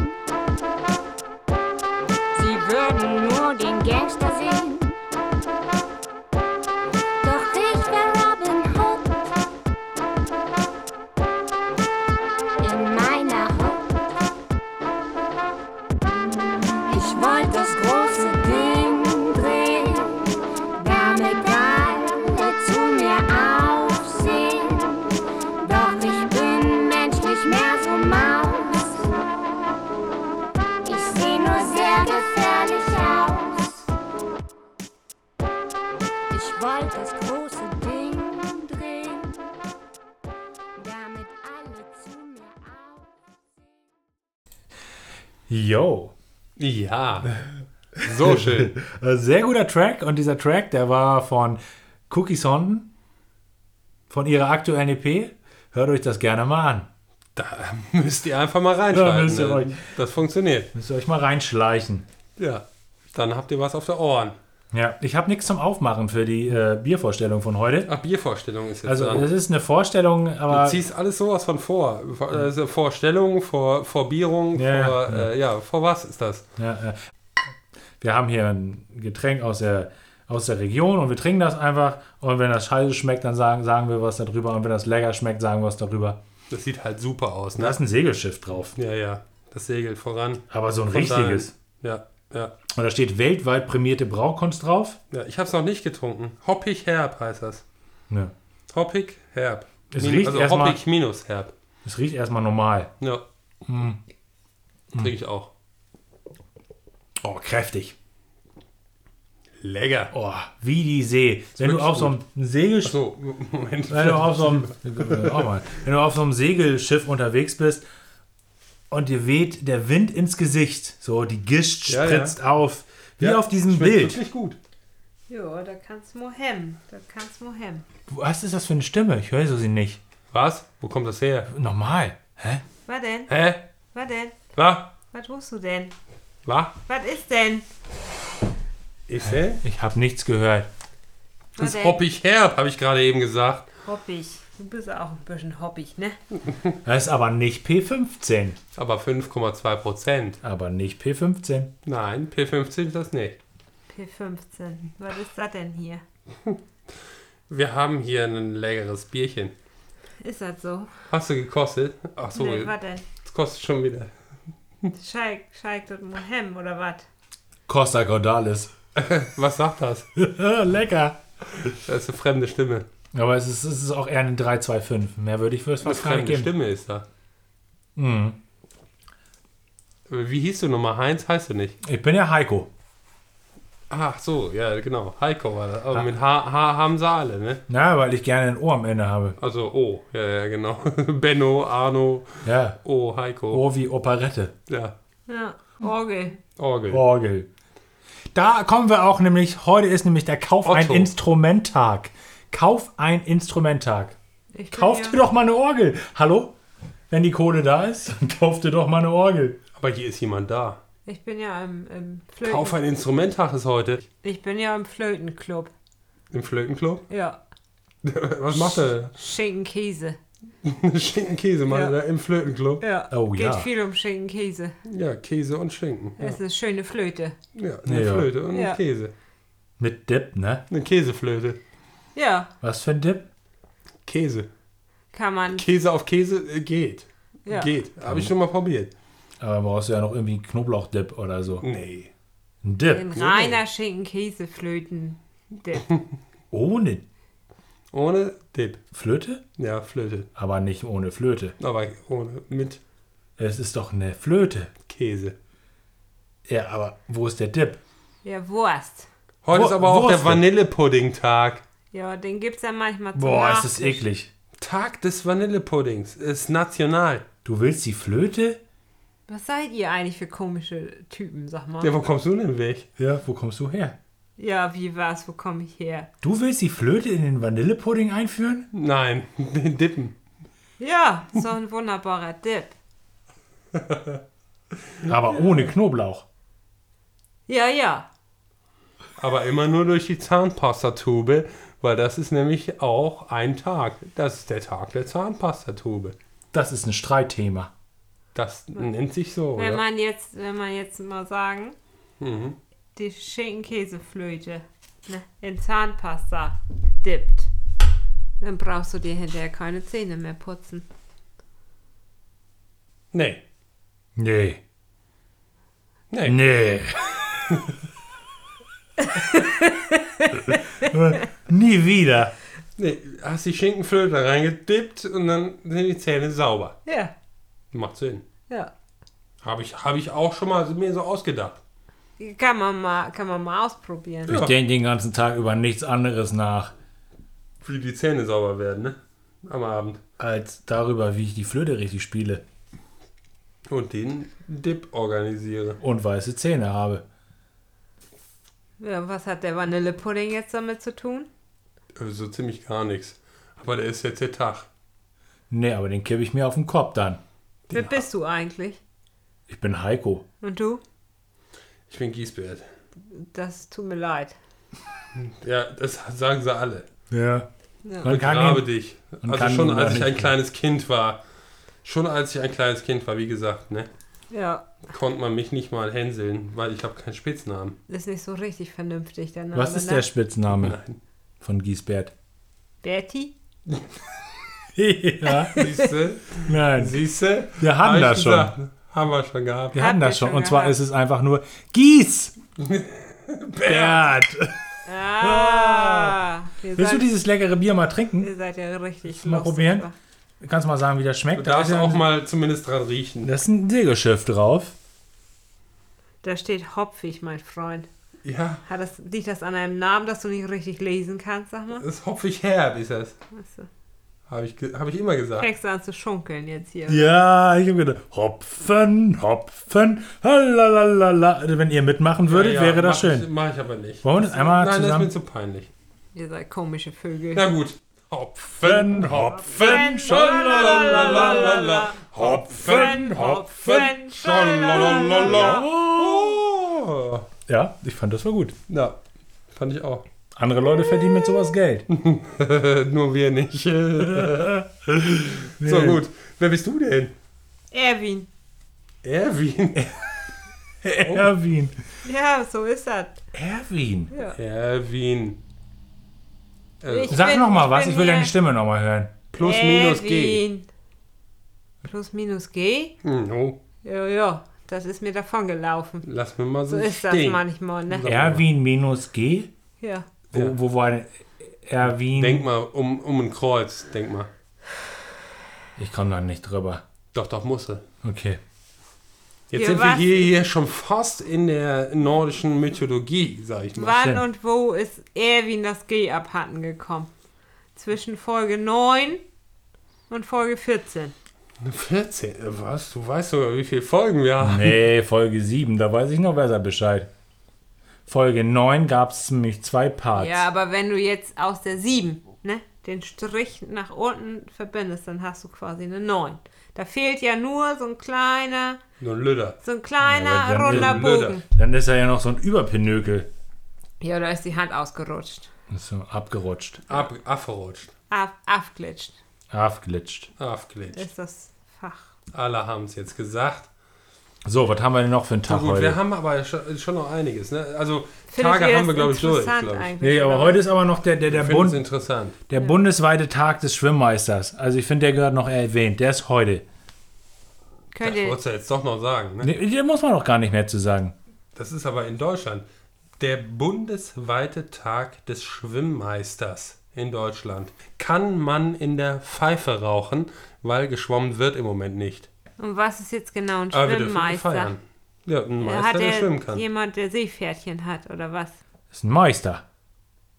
Yo. Ja. <laughs> So schön. Äh, Sehr guter Track und dieser Track, der war von Cookie Sonden, von ihrer aktuellen EP. Hört euch das gerne mal an. Da müsst ihr einfach mal Da müsst ihr reinschalten. rein. ne? Das funktioniert. Müsst ihr euch mal reinschleichen. Ja. Dann habt ihr was auf der Ohren. Ja, ich habe nichts zum Aufmachen für die äh, Biervorstellung von heute. Ach, Biervorstellung ist jetzt Also, dran. das ist eine Vorstellung, Du aber ziehst alles sowas von vor. Vor- Also vor Stellung, vor, vor Bierung, Ja, vor, Äh, ja, vor was ist das? Ja, äh, wir haben hier ein Getränk aus der, aus der Region und wir trinken das einfach. Und wenn das scheiße schmeckt, dann sagen, sagen wir was darüber. Und wenn das lecker schmeckt, sagen wir was darüber. Das sieht halt super aus, Da ne? ist ein Segelschiff drauf. Ja, ja. Das segelt voran. Aber so ein Von richtiges. daher- Ja, ja. Und da steht weltweit prämierte Braukunst drauf. ja. Ich hab's noch nicht getrunken. Hoppig herb heißt das. Ja. Hoppig herb. Es Min- riecht also erstmal- hoppig minus herb. Es riecht erstmal normal. Ja. Mm. Trinke ich auch. Oh, kräftig. Lecker. Oh, wie die See. Wenn du wirklich auf so einem Segelschiff So, <laughs> Moment. Wenn du, auf so einem, <laughs> auch mal, wenn du auf so einem Segelschiff unterwegs bist und dir weht der Wind ins Gesicht, so die Gischt Ja, spritzt auf, wie Ja, auf diesem schmeckt Bild. Wirklich gut. Ja, da kannst du mal hemmen. Da kannst du mal hemmen. Was ist das für eine Stimme? Ich höre so sie nicht. Was? Wo kommt das her? Normal. Hä? Was denn? Hä? Was denn? Was? Was tust du denn? Was? Was ist denn? Ist hä? Ich habe nichts gehört. Das ist denn? hoppig herb, habe ich gerade eben gesagt. Hoppig. Du bist auch ein bisschen hoppig, ne? Das ist aber nicht P15. Aber 5,2 Prozent. Aber nicht P15. Nein, P15 ist das nicht. P15. Was ist das denn hier? Wir haben hier ein leckeres Bierchen. Ist das so? Hast du gekostet? Ach so, nee, was denn? das kostet schon wieder. <laughs> Scheik, scheik dort mal hemmen oder was? Costa Cordalis. Was sagt das? Lecker. Das ist eine fremde Stimme. Aber es ist, es ist auch eher eine 325. Mehr würde ich für das Eine fast gar nicht fremde geben. Stimme ist da. Wie hieß du nochmal? Heinz heißt du nicht. Ich bin ja Heiko. Ach so, ja, genau. Heiko war das. Aber mit H, H haben sie alle, ne? Na, weil ich gerne ein Ohr am Ende habe. Also O, ja, ja, genau. <laughs> Benno, Arno, Ja. O, Heiko. Ohr wie Operette. Ja, Ja, Orgel. Orgel. Orgel. Da kommen wir auch nämlich, heute ist nämlich der Kauf ein Otto. Instrumenttag. Kauf ein Instrumenttag. Ich bin Kauft ja- dir doch mal eine Orgel. Hallo? Wenn die Kohle da ist, dann kauft dir doch mal eine Orgel. Aber hier ist jemand da. Ich bin ja im, im Flöten. Kauf ein Instrumenttag ist heute. Ich bin ja im Flötenclub. Im Flötenclub? <laughs> Ja. Was macht er? <laughs> Schinkenkäse. Schinkenkäse, Mann, Ja. oder? im Flötenclub. Ja. Oh, Geht ja. viel um Schinkenkäse. Ja, Käse und Schinken. Es ist eine schöne Flöte. Ja, eine Ja. Flöte und Ja. ein Käse. Mit Dip, ne? Eine Käseflöte. Ja, Was für ein Dip? Käse. kann man. Käse auf Käse äh, geht. Ja. Geht. Habe ich schon mal probiert. Aber brauchst du ja noch irgendwie einen Knoblauchdip oder so. Nee. Ein Ein Dip. reiner Schinkenkäseflöten. Ohne Ohne Dip. Flöte? Ja, Flöte. Aber nicht ohne Flöte. Aber ohne, mit Es ist doch eine Flöte. Käse. Ja, aber wo ist der Dip? Ja, Wurst. Heute Wo- ist aber auch der Wurst. Vanillepudding-Tag. Ja, den gibt's ja manchmal zum Boah, ist Nachtisch. das eklig. Tag des Vanillepuddings. Ist national. Du willst die Flöte? Was seid ihr eigentlich für komische Typen, sag mal? Ja, Ja, wo kommst du denn weg? Ja, wo kommst du her? wie war's? Wo komme ich her? Du willst die Flöte in den Vanillepudding einführen? Nein, <laughs> den Dippen. Ja, so ein wunderbarer Dip. Aber ohne Knoblauch. Ja, ja. Aber immer nur durch die Zahnpastatube, weil das ist nämlich auch ein Tag. Das ist der Tag der Zahnpastatube. Das ist ein Streitthema. Das nennt sich so, Wenn oder? man jetzt, wenn man jetzt mal sagen, die Schinkenkäseflöte ne, in Zahnpasta dippt, dann brauchst du dir hinterher keine Zähne mehr putzen. Nee. Nee. Nee. <laughs> Nee. Nie wieder. Nee, hast die Schinkenflöte reingedippt und dann sind die Zähne sauber. Ja, Macht Sinn. ja. Habe ich, hab ich auch schon mal mir so ausgedacht. Kann man mal, kann man mal ausprobieren. Ich denke den ganzen Tag über nichts anderes nach, Wie die Zähne sauber werden, ne? Am Abend. als darüber, wie ich die Flöte richtig spiele. Und den Dip organisiere. und weiße Zähne habe. Ja, was hat der Vanillepudding jetzt damit zu tun? Äh, So ziemlich gar nichts. Aber der ist jetzt der Tag. Nee, aber den kippe ich mir auf den Kopf dann. Wer bist du eigentlich? Ich bin Heiko. Und du? Ich bin Giesbert. Das tut mir leid. Ja, das sagen sie alle. Ja. Man kann Begrabe ihn, dich. Man also kann schon ihn als gar ich ein nicht- kleines Kind war. Schon als ich ein kleines Kind war, wie gesagt, ne, Ja, konnte man mich nicht mal hänseln, weil ich habe keinen Spitznamen. ist nicht so richtig vernünftig, der Name. was ist ne? der Spitzname Nein. von Giesbert? Betty? ja, Siehste? nein. Siehste? Wir haben Hab ich das schon. gesagt. Haben wir schon gehabt. Wir Habt hatten das ihr schon. schon Und zwar gehabt. ist es einfach nur <laughs> Giesbert. Ah! Ihr Willst du seid, dieses leckere Bier mal ihr trinken? seid ja richtig. du mal lustig, probieren? aber- Kannst du mal sagen, wie das Du schmeckt? Da ist darfst ja- auch mal zumindest dran riechen. Das ist ein Segelschiff drauf. Da steht hopfig, mein Freund. Ja, Hat das, liegt das an einem Namen, dass du nicht richtig lesen kannst, sag mal? das ist hopfig herb, ist das. Achso. Habe ich, ge- hab ich immer gesagt. Fängst du an zu schunkeln jetzt hier. Ja, ich habe gedacht, Hopfen, Hopfen, halalala. Wenn ihr mitmachen würdet, Ja, ja, wäre das mach schön. Ich, mach ich aber nicht. Wollen wir das einmal Nein, das zusammen- ist mir zu peinlich. Ihr seid komische Vögel. Na gut. Hopfen, Hopfen, schalalalala. Hopfen, Hopfen, schalalalala. Oh. Ja, ich fand das war gut. Ja, fand ich auch. <laughs> Andere Leute verdienen mit sowas <laughs> Geld. Nur wir <laughs> nicht. so gut. Wer bist du denn? Erwin. Erwin. Erwin. Ja, so ist das. Erwin. Erwin. Sag bin- nochmal was, bin ich will hier deine Stimme nochmal hören. Plus minus G. Erwin. Plus minus G? Hm, Oh, Ja, ja. Das ist mir davon gelaufen. lass mir mal So so, ist das stehen. manchmal, ne? Erwin minus G? Ja. Wo, Ja. wo war denn Erwin? Denk mal um, um ein Kreuz, denk mal. Ich komme da nicht drüber. Doch, doch, muss er. Okay. Jetzt Ja, sind wir was? hier, hier schon fast in der nordischen Mythologie, sag ich mal. Wann Sinn. und wo ist Erwin das G abhanden gekommen? Zwischen Folge 9 und Folge 14. 14, äh, was? Du weißt sogar, wie viele Folgen wir haben. Nee, Folge 7, da weiß ich noch besser Bescheid. Folge 9 gab es nämlich zwei Parts. Ja, aber wenn du jetzt aus der 7, ne, den Strich nach unten verbindest, dann hast du quasi eine 9. Da fehlt ja nur so ein kleiner, Nur ein Lüder. so ein kleiner Ja, aber dann runder ist blöder. Bogen. Dann ist er ja noch so ein Überpinökel. Ja, da ist die Hand ausgerutscht. Ist so abgerutscht, Ab, abgerutscht, Ab, abglitscht abglitscht. abgelitscht. ist das Fach. Alle haben es jetzt gesagt. So, was haben wir denn noch für einen Tag Na gut, heute? wir haben aber schon, schon noch einiges. Ne? Also Findet Tage ihr haben wir, das glaube ich, durch. interessant Glaub ich. eigentlich, nee, aber oder? heute ist aber noch der, der, der, Ich finde es Bund, interessant. der bundesweite Tag des Schwimmmeisters. Also ich finde, der gehört noch erwähnt. Der ist heute. Das Könnt ihr, wolltest du jetzt doch noch sagen. Ne? Nee, der muss man doch gar nicht mehr zu sagen. Das ist aber in Deutschland. Der bundesweite Tag des Schwimmmeisters in Deutschland. Kann man in der Pfeife rauchen, weil geschwommen wird im Moment nicht. und was ist jetzt genau ein Ah, Aber wir dürfen ihn Schwimmmeister? feiern. Ja, ein Da Meister, Hat der schwimmen der kann. jemand, der Seepferdchen hat oder was? Ist ein Meister.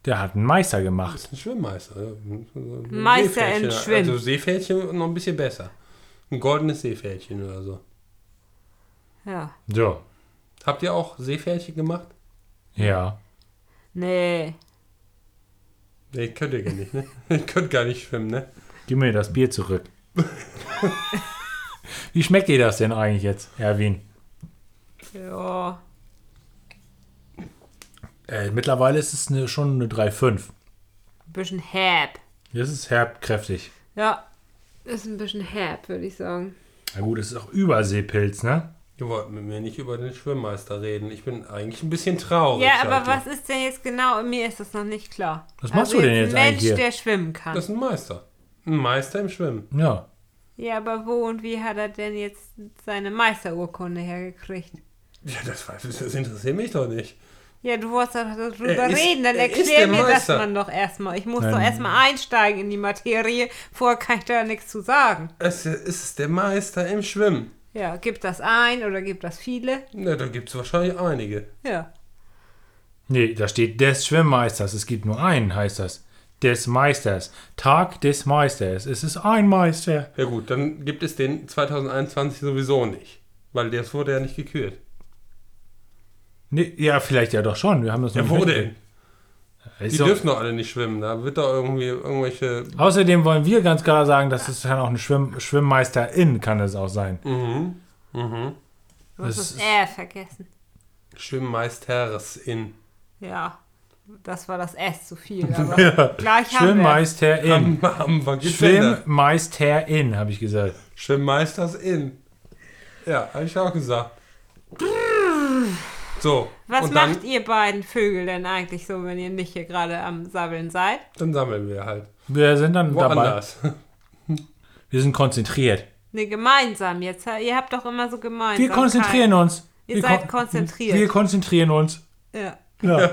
Der hat einen Meister gemacht. Ein Schwimmmeister. ja. Ein Meister Seepferdchen. im Schwimmen. Also Seepferdchen noch ein bisschen besser. Ein goldenes Seepferdchen oder so. Ja. So. Habt ihr auch Seepferdchen gemacht? Ja. Nee. Nee, könnt ihr gar nicht, ne? <laughs> ihr könnt gar nicht schwimmen, ne? Gib mir das Bier <laughs> zurück. Wie schmeckt dir das denn eigentlich jetzt, Erwin? Ja. Äh, mittlerweile ist es eine, schon eine 3,5. Ein bisschen herb. Das ist herb kräftig. Ja. Ist ein bisschen herb, würde ich sagen. Na gut, es ist auch Überseepilz, ne? Ihr wollt mit mir nicht über den Schwimmmeister reden. Ich bin eigentlich ein bisschen Oh, traurig. Ja, aber seid ihr. was ist denn jetzt genau? Mir ist das noch nicht klar. Was Also machst du denn jetzt ein eigentlich Mensch, hier? der schwimmen kann. Das ist ein Meister. Ein Meister im Schwimmen. Ja. ja, aber wo und wie hat er denn jetzt seine Meisterurkunde hergekriegt? Ja, das, weiß ich, das interessiert mich doch nicht. Ja, du wolltest doch darüber Er ist- reden, dann er ist erklär der mir das Meister. man doch erstmal. Ich muss doch Nein. erstmal einsteigen in die Materie, vorher kann ich da nichts zu sagen. Es ist der Meister im Schwimmen. Ja, gibt das ein oder gibt das viele? Na, da gibt es wahrscheinlich einige. Ja. Nee, da steht des Schwimmmeisters. Es gibt nur einen, heißt das. des Meisters. Tag des Meisters. Es ist ein Meister. Ja gut, dann gibt es den 2021 sowieso nicht. Weil das wurde ja nicht gekürt. Nee, ja, vielleicht ja doch schon. Wir haben das Ja, noch nicht wo mitgekriegt. denn? Die Ist doch- dürfen doch alle nicht schwimmen. Da wird doch irgendwie irgendwelche. Außerdem wollen wir ganz klar sagen, das ist dann auch eine Schwimm Schwimmmeisterin, kann es auch sein. Mhm. Mhm. Du Das hast das ist- Ä vergessen. Schwimmmeisteres in. Ja, das war das S <laughs> zu viel. Aber gleich haben wir. Schwimmmeisterin. Am Anfang gibt's Länder. Schwimmmeisterin, habe ich gesagt. Schwimmmeisters in. Ja, habe ich auch gesagt. So, Was und dann, macht ihr beiden Vögel denn eigentlich so, wenn ihr nicht hier gerade am Sabbeln seid? dann sammeln wir halt. Wir sind dann dabei. Woanders. Wir sind konzentriert. Ne, gemeinsam jetzt. Ihr habt doch immer so gemeinsam. Wir konzentrieren uns. Ihr wir seid kon- konzentriert. Wir konzentrieren uns. Ja. Ja.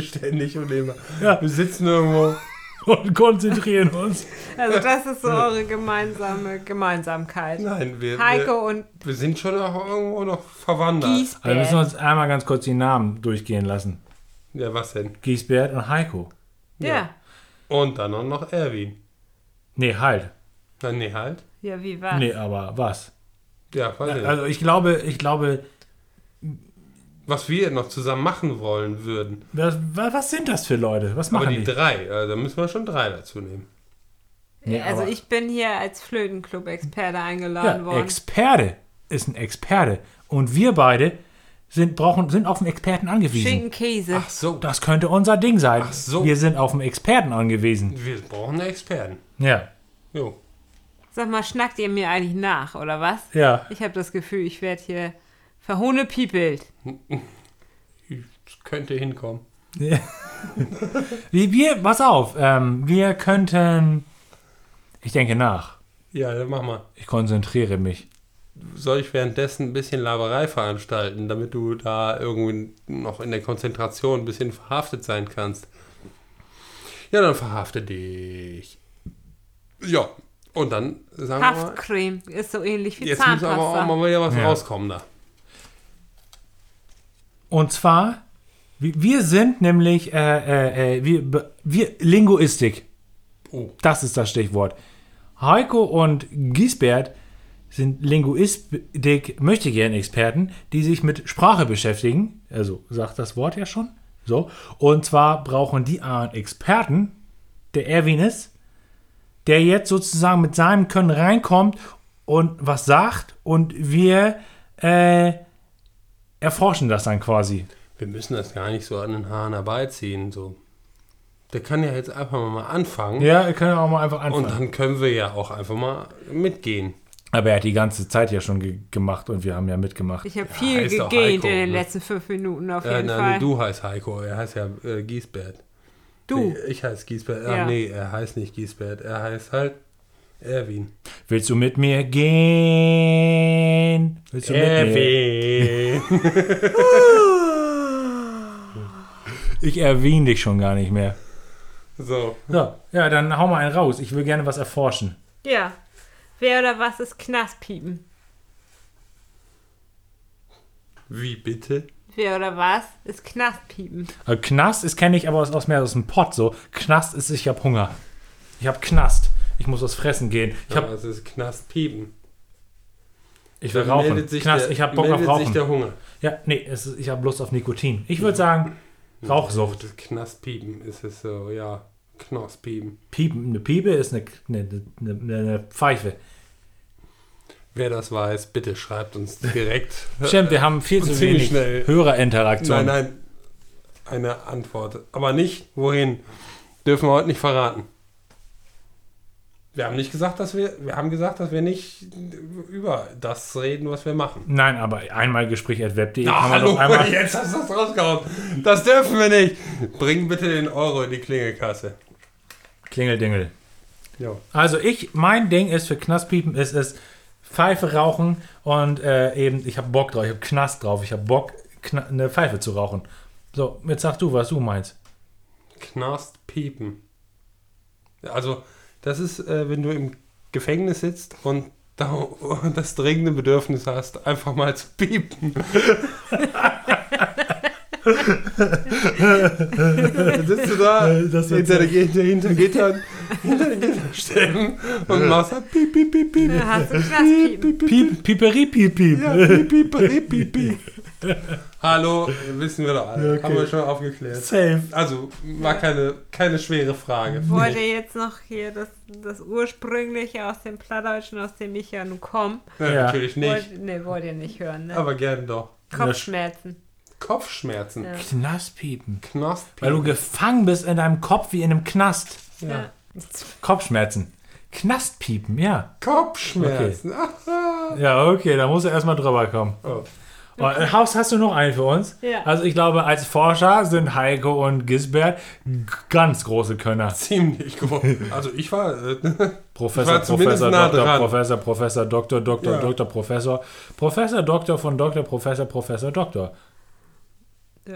Ständig und immer. Ja. Wir sitzen irgendwo. <laughs> Und konzentrieren <laughs> uns. Also das ist so eure gemeinsame Gemeinsamkeit. Nein, Äh, wir, wir, Heiko und wir sind schon auch irgendwo noch verwandert. Giesbert. Also müssen wir uns einmal ganz kurz die Namen durchgehen lassen. Ja, was denn? Giesbert und Heiko. ja. Und dann auch noch Erwin. Nee, halt. Nein, nee, halt. ja, wie war Nee, aber was? Ja, weiß ich. nicht. Also ich glaube, ich glaube, Was wir noch zusammen machen wollen würden. was, was sind das für Leute? Was Aber machen die die? drei, also da müssen wir schon drei dazu nehmen. Nee, Also aber- ich bin hier als Flötenclub-Experte eingeladen Ja, worden. Experte ist ein Experte. Und wir beide sind, brauchen, sind auf einen Experten angewiesen. Schinkenkäse. Ach so, Das könnte unser Ding sein. Ach so. Wir sind auf einen Experten angewiesen. wir brauchen einen Experten. Ja, Jo. Sag mal, schnackt ihr mir eigentlich nach, oder was? ja. Ich habe das Gefühl, ich werde hier verhohnepiepelt. Das könnte hinkommen. Wir, wir pass auf, ähm, wir könnten... Ich denke nach. Ja, dann mach mal. Ich konzentriere mich. Soll ich währenddessen ein bisschen Laberei veranstalten, damit du da irgendwie noch in der Konzentration ein bisschen verhaftet sein kannst? Ja, dann verhafte dich. Ja, und dann sagen wir mal, Haftcreme ist so ähnlich wie jetzt muss Zahnpasta. aber auch mal wieder was Ja. rauskommen da. Und zwar, wir, wir sind nämlich, äh, äh, äh, wir, be- wir, Linguistik. Oh. Das ist das Stichwort. Heiko und Giesbert sind Linguistik, möchte gern Experten, die sich mit Sprache beschäftigen. Also sagt das Wort ja schon. So. Und zwar brauchen die einen Experten, der Erwin ist, der jetzt sozusagen mit seinem Können reinkommt und was sagt und wir äh, erforschen das dann quasi. Wir müssen das gar nicht so an den Haaren herbeiziehen. So. Der kann ja jetzt einfach mal anfangen. Ja, wir können auch mal einfach Und anfangen. dann können wir ja auch einfach mal mitgehen. Aber er hat die ganze Zeit ja schon ge gemacht und wir haben ja mitgemacht. ich habe viel heißt doch gegähnt Heiko, in den ne? letzten fünf Minuten auf Äh, jeden nein, Fall. du heißt Heiko, er heißt ja äh, Giesbert. Du. Nee, ich heiße Giesbert. Ja. Ach nee, er heißt nicht Giesbert, er heißt halt Erwin. Willst du mit mir gehen? Äh, Willst du mit mir? Erwin. <laughs> Ich erwähne dich schon gar nicht mehr. <laughs> so, So, ja, dann hau mal einen raus. Ich will gerne was erforschen. Ja. Wer oder was ist Knaspiepen? wie bitte? Wer oder was <laughs> ist Knaspiepen? Äh, Knast ist kenne ich aber aus, aus mehr aus dem Pott so. Knast ist, ich habe Hunger. Ich habe Knast. Ich muss was fressen gehen. Ich Ich hab, es ist Knastpiepen. ich will rauchen. meldet sich Knast, der, ich habe Bock auf meldet sich Rauchen. der Hunger. Ja, nee, es ist, ich habe Lust auf Nikotin. Ich würde sagen, Rauchsucht. Das Knastpiepen ist es so, ja. Knosspiepen. Piepen, eine Piepe ist eine, ne, eine, eine, eine Pfeife. Wer das weiß, bitte schreibt uns <laughs> direkt. Stimmt, wir haben viel Und zu ziemlich wenig schnell. Nein, Hörerinteraktion. nein. Eine Antwort. Aber nicht, wohin. Dürfen wir heute nicht verraten. Wir haben nicht gesagt, dass wir. Wir haben gesagt, dass wir nicht über das reden, was wir machen. Nein, aber einmal Gespräch at web.de Ah, kann man hallo, doch einmal. <laughs> jetzt hast du das rausgehauen. Das dürfen wir nicht. Bring bitte den Euro in die Klingelkasse. Klingeldingel. Jo. Also ich, mein Ding ist für Knastpiepen ist es Pfeife rauchen und äh, eben, ich habe Bock drauf, ich habe Knast drauf, ich habe Bock, Kna eine Pfeife zu rauchen. So, jetzt sag du, was du meinst. Knastpiepen. Also, das ist, äh, wenn du im Gefängnis sitzt und da <laughs> <laughs> das dringende Bedürfnis hast, einfach mal zu piepen. sitzt du da Äh, das wird's hinter, der, hinter, hinter Gittern, hinter den Gitterstäben und machst da piep, piep, piep, piep. Da hast du Knastpiepen. Piep, pieperi, piep, piep. Ja, piep, piep, piep, piep, piep. Hallo, wissen wir doch alle. Ja, okay. Haben wir schon aufgeklärt. <laughs> Safe. Also, war keine, keine schwere Frage. Wollte jetzt noch hier das, das ursprüngliche aus dem Plattdeutschen, aus dem ich ja nun komme. Ja, Ja. Natürlich nicht, Wollt, ne, wollt ihr nicht hören, ne? aber gerne doch. Kopfschmerzen. Kopfschmerzen, Ja. Knastpiepen. Weil du Knospen. gefangen bist in deinem Kopf wie in einem Knast. Ja. Kopfschmerzen. Knastpiepen, ja. Kopfschmerzen. Ja, okay, da muss er erstmal drüber kommen. <laughs> Oh. Und, äh, Haus, hast du noch einen für uns? Ja. Also ich glaube, als Forscher sind Heiko und Gisbert g- ganz große Könner. Ziemlich groß. Also ich war, äh, <laughs> Professor, war zumindest Professor, nah Doktor, dran. Professor, Professor, Doktor, Doktor, Ja. Doktor, Professor. Professor, Doktor von Doktor, Professor, Professor, Doktor.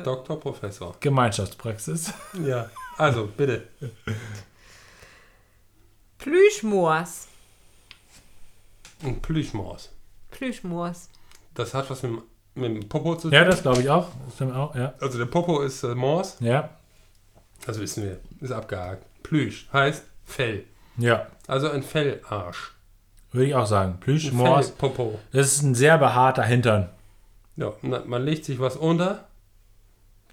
Doktor, Professor. <laughs> Gemeinschaftspraxis. Ja, also bitte. Plüschmoors. Ein Plüschmaus. Plüschmoors. Das hat was mit, dem- mit dem Popo zu tun. Ja, das glaube ich auch. Das stimmt auch, ja. Also der Popo ist äh, Maus, Ja. das wissen wir, ist abgehakt. Plüsch heißt Fell. Ja. Also ein Fellarsch. Würde ich auch sagen. Ein Plüschmoors. Fellpopo. Das ist ein sehr behaarter Hintern. Ja, na, man legt sich was unter,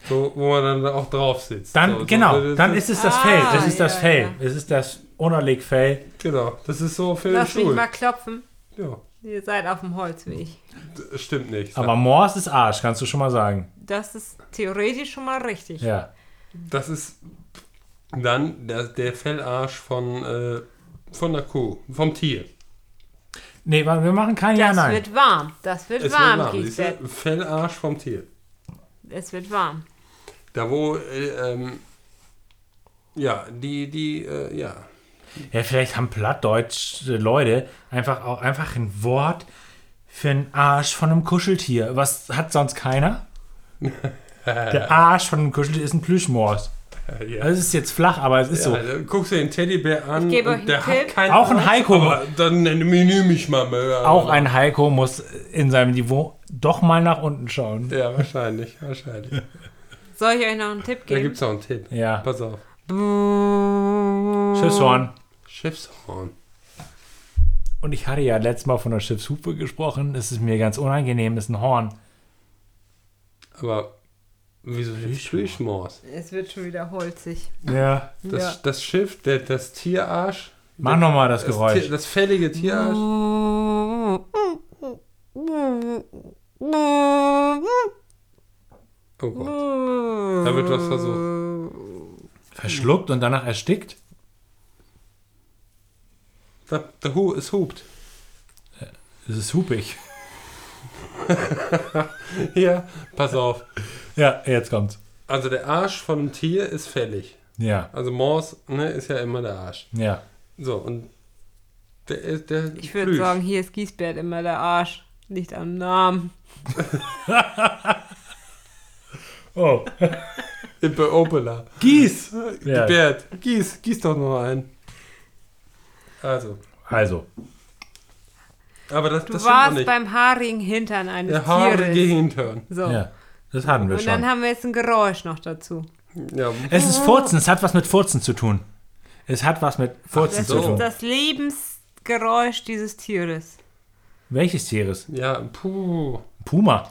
so, wo man dann auch drauf sitzt. Dann, so, so, genau, das dann ist es das Ah, Fell. Das ist das ja, Fell. ja. Es ist das Unerlegfell. Genau, das ist so für den Lass mich Stuhl. mal klopfen. Ja, Ihr seid auf dem Holzweg. d- stimmt nicht. Aber Morse ist Arsch, kannst du schon mal sagen. Das ist theoretisch schon mal richtig. Ja. Das ist dann der, der Fellarsch von, äh, von der Kuh, vom Tier. Nee, wa- wir machen kein Ja, Das Nein. wird warm. Das wird Es warm, wird warm, siehst Gisbert. du? Fellarsch vom Tier. Es wird warm. Da wo, äh, ähm, ja, die, die, äh, ja. <laughs> Ja, vielleicht haben plattdeutsche Leute einfach auch einfach ein Wort für einen Arsch von einem Kuscheltier. Was hat sonst keiner? Der Arsch von einem Kuscheltier ist ein Plüschmors. Äh, ja. Das ist jetzt flach, aber es ist Ja, Also, so. dann guckst du den Teddybär an Ich gebe euch und einen der hat Tipp. keinen Auch ein Arsch, Heiko. aber Dann nimm mich mal mehr. Auch ein Heiko muss in seinem Niveau doch mal nach unten schauen. Ja, wahrscheinlich, wahrscheinlich. Soll ich euch noch einen Tipp Da geben? gibt's auch einen Tipp. Ja. Pass auf. Tschüss, Horn. Schiffshorn. Und ich hatte ja letztes Mal von der Schiffshupe gesprochen. Es ist mir ganz unangenehm, das ist ein Horn. Aber wieso Fischmors? es wird schon wieder holzig. Ja. Das, Ja. das Schiff, der, das Tierarsch. Mach nochmal das Das, Geräusch. Tier, das fällige Tierarsch. Oh Gott. Da wird was versucht. Verschluckt und danach erstickt? Da, da hu, es hupt. <laughs> Das ist hupig. Ja, pass auf. Ja, jetzt kommt's. Also der Arsch von einem Tier ist fällig. Ja, Also Mors ne, ist ja immer der Arsch. ja. So, und der ist der Ich würde <laughs> sagen, hier ist Giesbert immer der Arsch. Nicht am Namen. Oh, Bei Opela. Gieß! Ja. Ja. Bert, Äh, gieß, gieß doch noch ein. Also, Also, aber das, Du das stimmt noch warst nicht. beim haarigen Hintern eines der haarige Tieres. Hintern. So. ja, das hatten wir Oh. Und dann schon. haben wir jetzt ein Geräusch noch dazu. Ja, Es ist Furzen, es hat was mit Furzen zu tun. Es hat was mit Furzen so. zu tun. Das Lebensgeräusch dieses Tieres. Welches Tieres? ja, puh. Puma.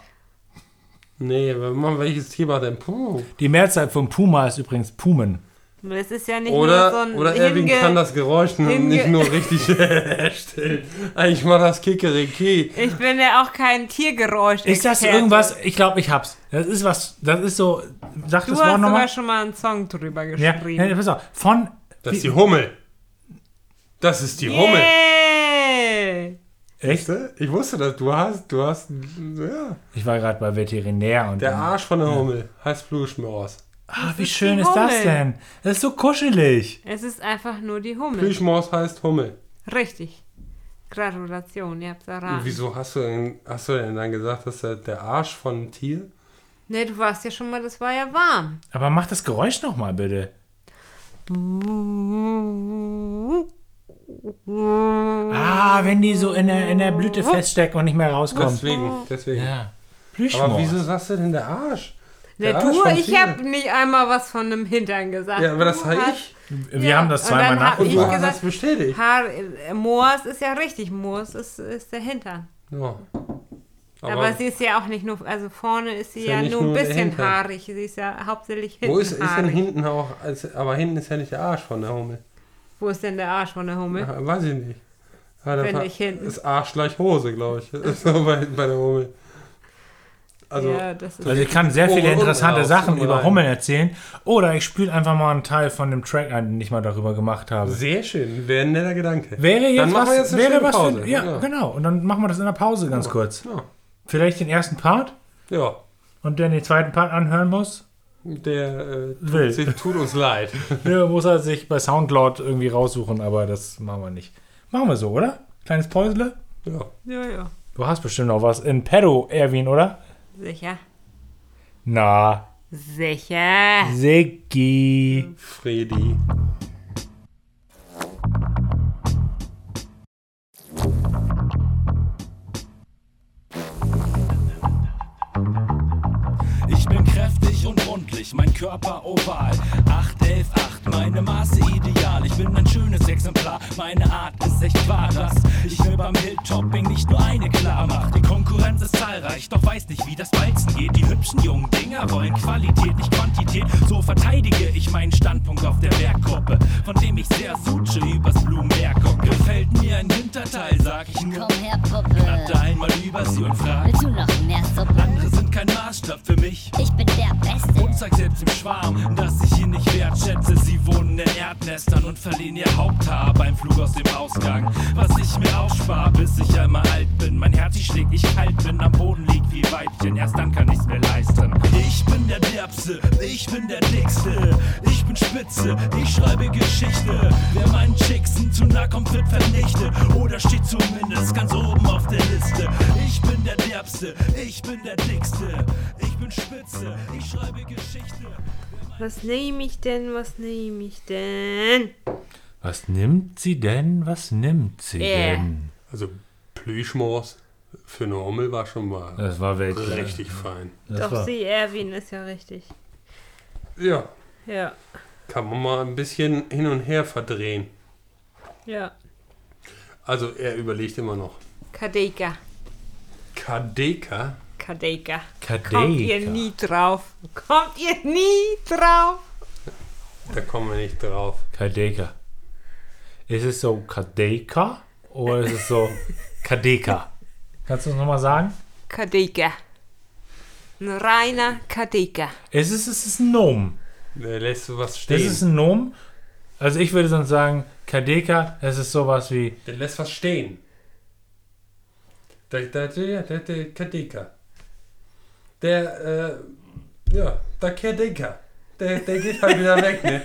Nee, wir machen welches Tier macht denn puh? Die Mehrzahl von Puma ist übrigens Pumen. Und es ist ja nicht nur Oder, so ein oder Erwin hinge- kann das Geräusch nur- hinge- nicht nur <laughs> richtig herstellen. Eigentlich mal das Kikeriki. Ich bin ja auch kein Tiergeräusch. Ist das irgendwas? Ich glaube, ich hab's. Das ist was, das ist so, sag Du das hast Wort sogar nochmal. schon mal einen Song drüber Ja, geschrieben. nee, pass auf. Von, Das ist die Hummel. Das ist die Hummel. Yay! echt? Ich wusste das. Du hast, du hast, ja. Ich war gerade bei Veterinär und Der Arsch von der Hummel heißt Plüschmaus. Ah, wie schön die ist das Hummel. denn? Das ist so kuschelig. Es ist einfach nur die Hummel. Plüschmaus heißt Hummel. Richtig. Gratulation, ihr habt's erraten. Wieso hast du denn, hast du denn dann gesagt, dass der, der Arsch von einem Tier? Ne, du warst ja schon mal, das war ja warm. Aber mach das Geräusch nochmal bitte. Ne, Ah, wenn die so in der, in der Blüte feststecken und nicht mehr rauskommen. Deswegen, deswegen. Ja. Aber wieso Plüschmaus. sagst du denn der Arsch? Na Ja, du, schon ich viele. habe nicht einmal was von einem Hintern gesagt. Ja, aber das Du habe hast- ich. Wir Ja, haben das und zweimal dann hab Und ich du nachgeguckt. hast gesagt- das bestätigt. Haar, äh, Moors ist ja richtig, Moors ist, ist der Hintern. Ja. Aber, sie ist ja auch nicht nur, also vorne ist sie Ist ja ja, nicht nur ein nur der bisschen Hintern. haarig. Sie ist ja hauptsächlich hinten Wo ist, ist denn haarig. hinten auch, als, aber hinten ist ja nicht der Arsch von der Hummel. Wo ist denn der Arsch von der Hummel? Ja, weiß ich nicht. Ja, da Hm? Wenn war- nicht hinten. Ist Arsch gleich Hose, glaube ich. <laughs> so bei, bei der Hummel. Also, ja, das ist Also ich kann sehr Oh, viele und interessante raus, Sachen und über rein. Hummeln erzählen. Oder ich spiele einfach mal einen Teil von dem Track ein, den ich mal darüber gemacht habe. sehr schön. Wäre ein netter Gedanke. Wäre jetzt Dann machen was, wir jetzt eine wäre schöne was Pause. Für, ja, Ja. genau. Und dann machen wir das in der Pause ganz kurz. Ja. Vielleicht den ersten Part ja. und dann den zweiten Part anhören muss. Der äh, Will. tut, sie- tut uns leid. <laughs> Ja, muss er sich bei Soundcloud irgendwie raussuchen, aber das machen wir nicht. Machen wir so, oder? Kleines Päusle. ja. ja, ja, Du hast bestimmt noch was in Pedo, Erwin, oder? sicher. Na, Sicher. Siggi. Fredi. Ich bin kräftig und rundlich, mein Körper oval. 8, 11, 8, meine Maße ideal. Ich bin ein schönes Exemplar, meine Art ist echt wahr. Das ich will beim Hilltopping nicht nur eine klar macht. Die Konkurrenz ist zahlreich, doch weiß nicht, wie das Walzen geht. Die hübschen jungen Dinger wollen Qualität, nicht Quantität. So verteidige ich meinen Standpunkt auf der Bergkuppe, von dem ich sehr suche übers Blumenberg gucke. Gefällt mir ein Hinterteil, sag ich nur. Komm her, Puppe. Da einmal über sie und frag. Willst du noch mehr Suppe? Andere sind kein Maßstab für mich. Ich bin der Beste. Und zeig selbst im Schwarm, dass ich ihn nicht wertschätze. Sie wohnen in Erdnestern und verlieren ihr Haupthaar beim Flug aus dem Ausgang. Was ich mir aufspar, bis ich einmal alt bin. Mein Herz ich schlägt, ich kalt bin, am Boden liegt wie Weibchen. Erst dann kann ich's mir leisten. Ich bin der Derbste, ich bin der Dickste, ich bin Spitze, ich schreibe Geschichte. Wer meinen Chicksen zu nah kommt, wird vernichtet. Oder steht zumindest ganz oben auf der Liste. Ich bin der Derbste, ich bin der Dickste, ich bin Spitze, ich schreibe Geschichte. Was nehme ich denn? Was nehme ich denn? Was nimmt sie denn? Was nimmt sie Äh. denn? Also Plüschmoos für eine Hummel war schon mal Das war welche. richtig fein. Das Doch war, sie, Erwin, ist ja richtig. Ja. Ja, Kann man mal ein bisschen hin und her verdrehen. ja. Also er überlegt immer noch. Kadeka. Kadeka? Kadeka. Kadeka. Kommt ihr nie drauf. Kommt ihr nie drauf. Da kommen wir nicht drauf. Kadeka. Ist es so Kadeka oder ist es <laughs> so Kadeka? Kannst du es nochmal sagen? Kadeka. Ein reiner Kadeka. Es ist, es ist ein Nomen. Da lässt du was Das stehen. ist ein Nomen. Also ich würde sonst sagen, Kadeka, es ist sowas wie Der lässt was stehen. Da, da, da, da, da, Kadeka. Der, äh, ja, der Kadeka. Der, der geht halt wieder weg, <laughs> ne?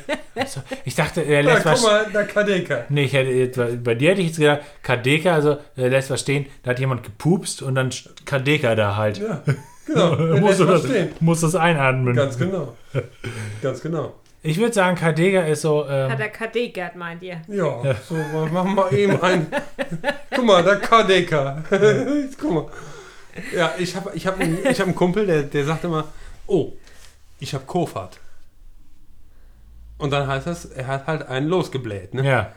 So, ich dachte, er Da, lässt guck was. mal, der Kadeka. Nee, ich hätte, jetzt- bei dir hätte ich jetzt gedacht, Kadeka, also er lässt was stehen, da hat jemand gepupst und dann st- Kadeka da halt. Ja, genau. Der <laughs> muss, lässt was das, stehen. muss das einatmen. Ganz genau. Ganz genau. Ich würde sagen, Kadeka ist so. Hat Ähm, er Kadeka, meint ihr? Ja, so, wir machen wir eben <laughs> ein. Guck mal, der Kadeka. <laughs> Guck mal. Ja, ich habe ich hab einen, ich hab einen Kumpel, der, der sagt immer, oh, ich habe Kofat. Und dann heißt das, er hat halt einen losgebläht. Ne? ja,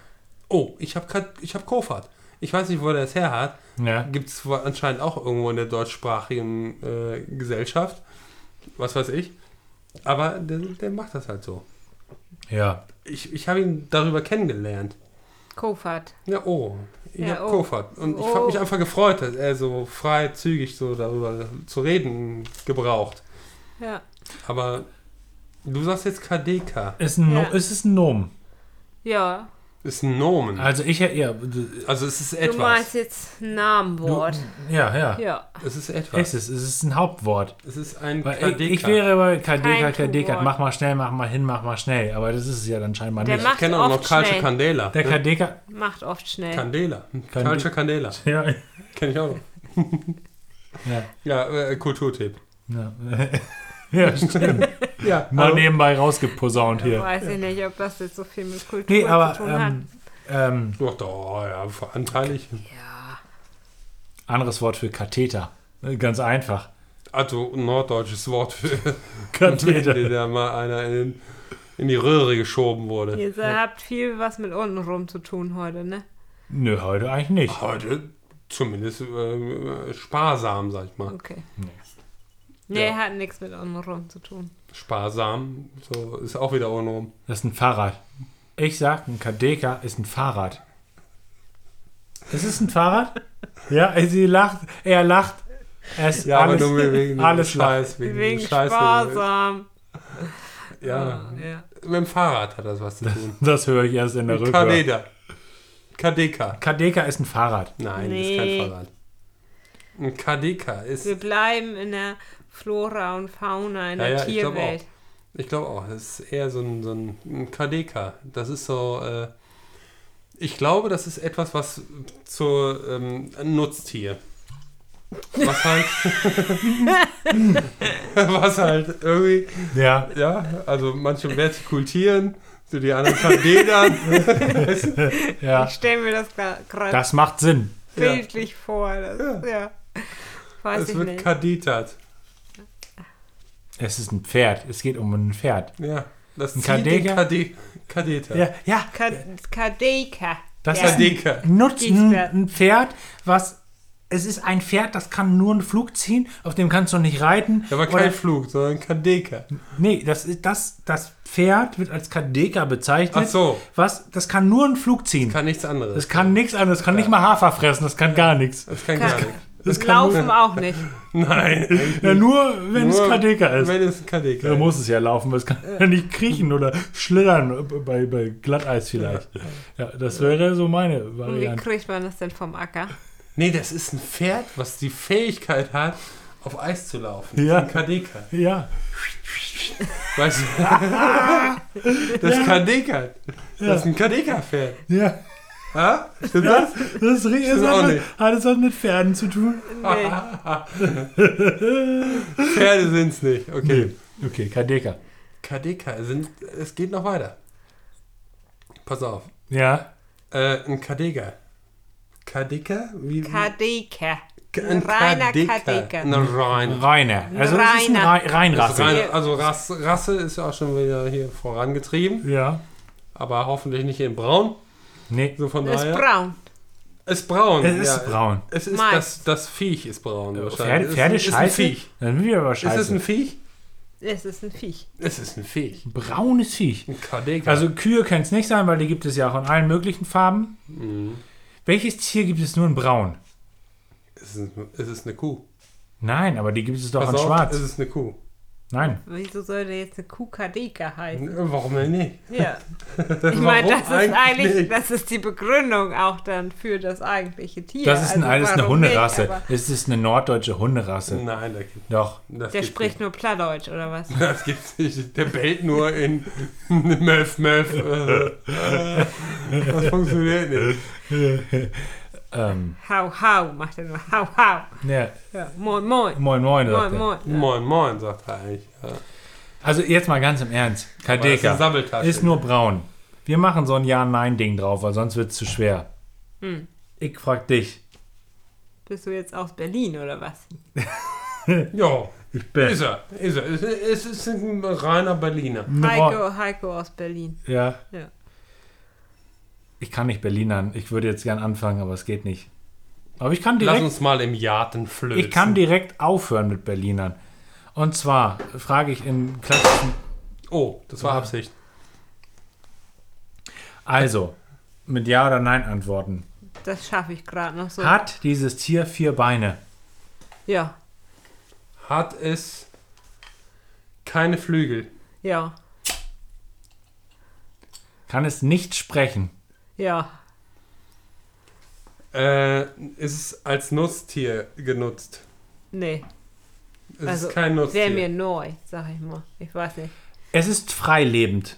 Oh, ich habe ich hab Kofat. Ich weiß nicht, wo der es her hat. ja. Gibt es anscheinend auch irgendwo in der deutschsprachigen äh, Gesellschaft. Was weiß ich. Aber der, der macht das halt so. Ja. Ich, ich habe ihn darüber kennengelernt. Kofat. Ja, oh. Ich Ja, hab oh. Kofert. Und ich habe Oh. mich einfach gefreut, dass er so frei, zügig so darüber zu reden gebraucht. Ja. Aber du sagst jetzt KDK. Ist ein, no Ja. Ist es ein Nomen. Ja. Ist ein Nomen. Also ich hätte. Ja, d- Also es ist Du etwas. meinst jetzt ein Namenwort. ja, ja. Ja. Es ist Ist etwas. es. Es ist ein Hauptwort. Es ist ein Weil ich, KDK. ich wäre bei Kadeka, Kein Kadeka, Tu-Wort. mach mal schnell, mach mal hin, mach mal schnell. Aber das ist es ja dann scheinbar Der nicht. ich macht kenne auch noch oft Kalsche schnell. Candela. Der ne? Kadeka. Macht oft schnell. Candela. Kalsche Candela. Ja. Kenne ich auch noch. Ja. Ja, äh, Kulturtipp. Ja, <laughs> ja stimmt. Ja, Mal also, nebenbei rausgeposaunt hier. Weiß ich nicht, ob das jetzt so viel mit Kultur Nee, aber zu tun hat. ähm, ähm, doch, doch, oh ja, anteilig. Ja. anderes Wort für Katheter. Ganz einfach. Also ein norddeutsches Wort für <laughs> Katheter. wenn dir da mal einer in, in die Röhre geschoben wurde. Ihr se- habt viel was mit unten rum zu tun heute, ne? Nö, heute eigentlich nicht. Heute zumindest äh, sparsam, sag ich mal. Okay. Nee, hat nichts mit unten rum zu tun. Sparsam, so ist auch wieder unrum. Das ist ein Fahrrad. Ich sag, ein Kadeka ist ein Fahrrad. Ist es <laughs> ein Fahrrad? ja, sie lacht, er lacht. Es Ja, alles, aber nur <laughs> wegen dem alles lacht. Scheiß, wegen, Wegen dem Scheiß. sparsam. Ah. Ja, Ja. mit dem Fahrrad hat das was zu tun. Das höre ich erst in der Rückkehr. Kadeda. Kadeka. Kadeka ist ein Fahrrad. Nein, Nee. ist kein Fahrrad. Ein Kadeka ist, Wir bleiben in der Flora und Fauna, in Ja, der ja, ich glaub Tierwelt. ich glaube auch, das ist eher so ein, so ein ein Kadeka. Das ist so, äh, ich glaube, das ist etwas, was zur, ähm, ein Nutztier. Was halt, <laughs> was halt irgendwie, Ja, ja, also manche vertikultieren, so die anderen Kadedern. ja. Ich stelle mir das gerade Das macht Sinn. bildlich vor. Das, ja. <laughs> Weiß es ich wird nicht. kadetert. Es ist ein Pferd. Es geht um ein Pferd. Ja, das Ein zieht den Kadeka? Kade Kadeter. Ja, ja. Ka- Kadeka. Das Ja. ist ein Kadeka. nutzen Kiespferd. ein Pferd, was es ist ein Pferd, das kann nur einen Flug ziehen, auf dem kannst du nicht reiten. Da war Oder- kein Flug, sondern Kadeka. Nee, das, ist- das, das Pferd wird als Kadeka bezeichnet. Ach so. Was, das kann nur einen Flug ziehen. Kann nichts anderes. Das kann nichts anderes. Das kann nicht mal Hafer fressen. Das kann gar nichts. Das kann Ka- gar nichts. Das Laufen <laughs> auch nicht. <laughs> Nein. Ja, nur wenn es Nur Kadeka ist. Wenn es ein Kadeka da muss es ja laufen, weil es kann ja <laughs> nicht kriechen oder schlittern äh, bei, bei Glatteis vielleicht. Ja, das wäre so meine Oh Und wie Variante. kriegt man das denn vom Acker? ist. Nee, das ist ein Pferd, was die Fähigkeit hat, auf Eis zu laufen. Ja. Ein Kadeka. Ja, Weißt du? <laughs> Das Kadeka. Das ist ein Kadeka-Pferd. ja. Ha? Stimmt das? Das ist richtig. Stimmt Das auch hat, was- nicht. hat es was mit Pferden zu tun? Nee. Pferde sind's nicht. Okay. Nee. Okay, Kadeka. Kadeka sind. Es geht noch weiter. Pass auf. Ja. Äh, ein Kadeka. Kadeka? Wie, Kadeka. wie- ein Reiner Kadeka. Kadeka. Ein reiner. Reiner. Also es ist ein Reiner. Rei- Reinrasse. Reine, also Rass, Rasse ist ja auch schon wieder hier vorangetrieben, Ja. aber hoffentlich nicht in Braun. Nee. So von Ist daher. braun. ist braun. Es ist ja. braun. Es ist Mais. das, das Viech ist braun. Pferde, wahrscheinlich. Pferde ist, scheiße. Ist ein Viech. Dann sind wir aber scheiße. Ist es ein Viech? Es ist ein Viech. Es ist ein Viech. braunes Viech. Ein Kadeka. Also Kühe können es nicht sein, weil die gibt es ja auch in allen möglichen Farben. Mhm. Welches Tier gibt es nur in braun? es, ist, es ist eine Kuh. Nein, aber die gibt es doch Pass in auf, schwarz. Es ist eine Kuh. Nein. Wieso sollte jetzt eine Kuh Kadeka heißen? Warum denn nicht? <laughs> Ja. Ich meine, das ist Ne. eigentlich eigentlich, nicht? das ist die Begründung auch dann für das eigentliche Tier. Das ist ein, Also alles eine warum nicht? Hunderasse. Aber es ist eine norddeutsche Hunderasse. Nein, da gibt, Doch. das Der gibt's spricht nur Plattdeutsch, oder was? nicht. Das gibt's nicht. Der bellt nur in <laughs> Möf, <laughs> Möf. äh, äh, Das funktioniert nicht. Ähm, Hau, hau, macht er nur. Hau, hau. ja. Ja. Moin, moin. Moin, moin, sagt Moin, er. moin. Moin, moin, sagt er eigentlich. Ja. Also jetzt mal ganz im Ernst. das ist eine Kadeka Sammeltasche. ist nur braun. Wir machen so ein Ja-Nein-Ding drauf, weil sonst wird es zu schwer. Hm. Ich frag dich. Bist du jetzt aus Berlin, oder was? Ja, Ich bin. ist er. Ist er. Es ist, ist ein reiner Berliner. Heiko, Heiko aus Berlin. Ja. Ja. Ich kann nicht Berlinern. Ich würde jetzt gern anfangen, aber es geht nicht. Aber ich kann Lass direkt, uns mal im Jaten flöten. ich kann direkt aufhören mit Berlinern. Und zwar frage ich im klassischen. Oh, das war Absicht. Also, mit Ja oder Nein antworten. Das schaffe ich gerade noch so. Hat dieses Tier vier Beine? Ja, Hat es keine Flügel? ja, Kann es nicht sprechen? ja. Äh, ist es als Nutztier genutzt? Nee. Es Also, ist kein Wäre mir Nutztier. neu, sag ich mal. Ich weiß nicht. Es ist freilebend.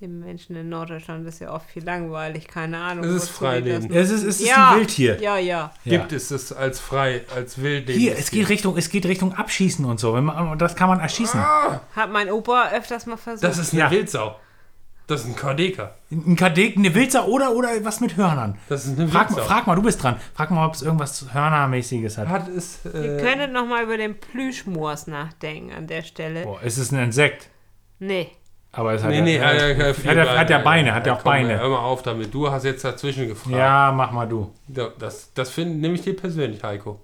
Den Menschen in Norddeutschland ist ja oft viel langweilig, keine Ahnung. Es ist wozu die das- freilebend. Es ist, es ist ein Wildtier. Ja, ja. Ja. Gibt es es als frei, als wild? Hier, es geht Richtung, es geht Richtung Abschießen und so. Wenn man, das kann man erschießen. Hat mein Opa öfters mal versucht. Das ist eine Ja. Wildsau. Das ist ein Kordeka. Ein Kadek, eine Wilzer oder, oder was mit Hörnern. Das ist eine Frag, Wildsau. frag mal, du bist dran. Frag mal, ob es irgendwas Hörnermäßiges hat. Hat es. Ihr Äh, könntet nochmal über den Plüschmoors nachdenken an der Stelle. Boah, es ist ein Insekt. Nee. Aber es hat nee, äh, ja- nee, hat, er, hat, er, hat ja Beine, hat ja auch Beine. Hör mal auf damit. Du hast jetzt dazwischen gefragt. Ja, mach mal du. Ja, Das, das find, nehme ich dir persönlich, Heiko.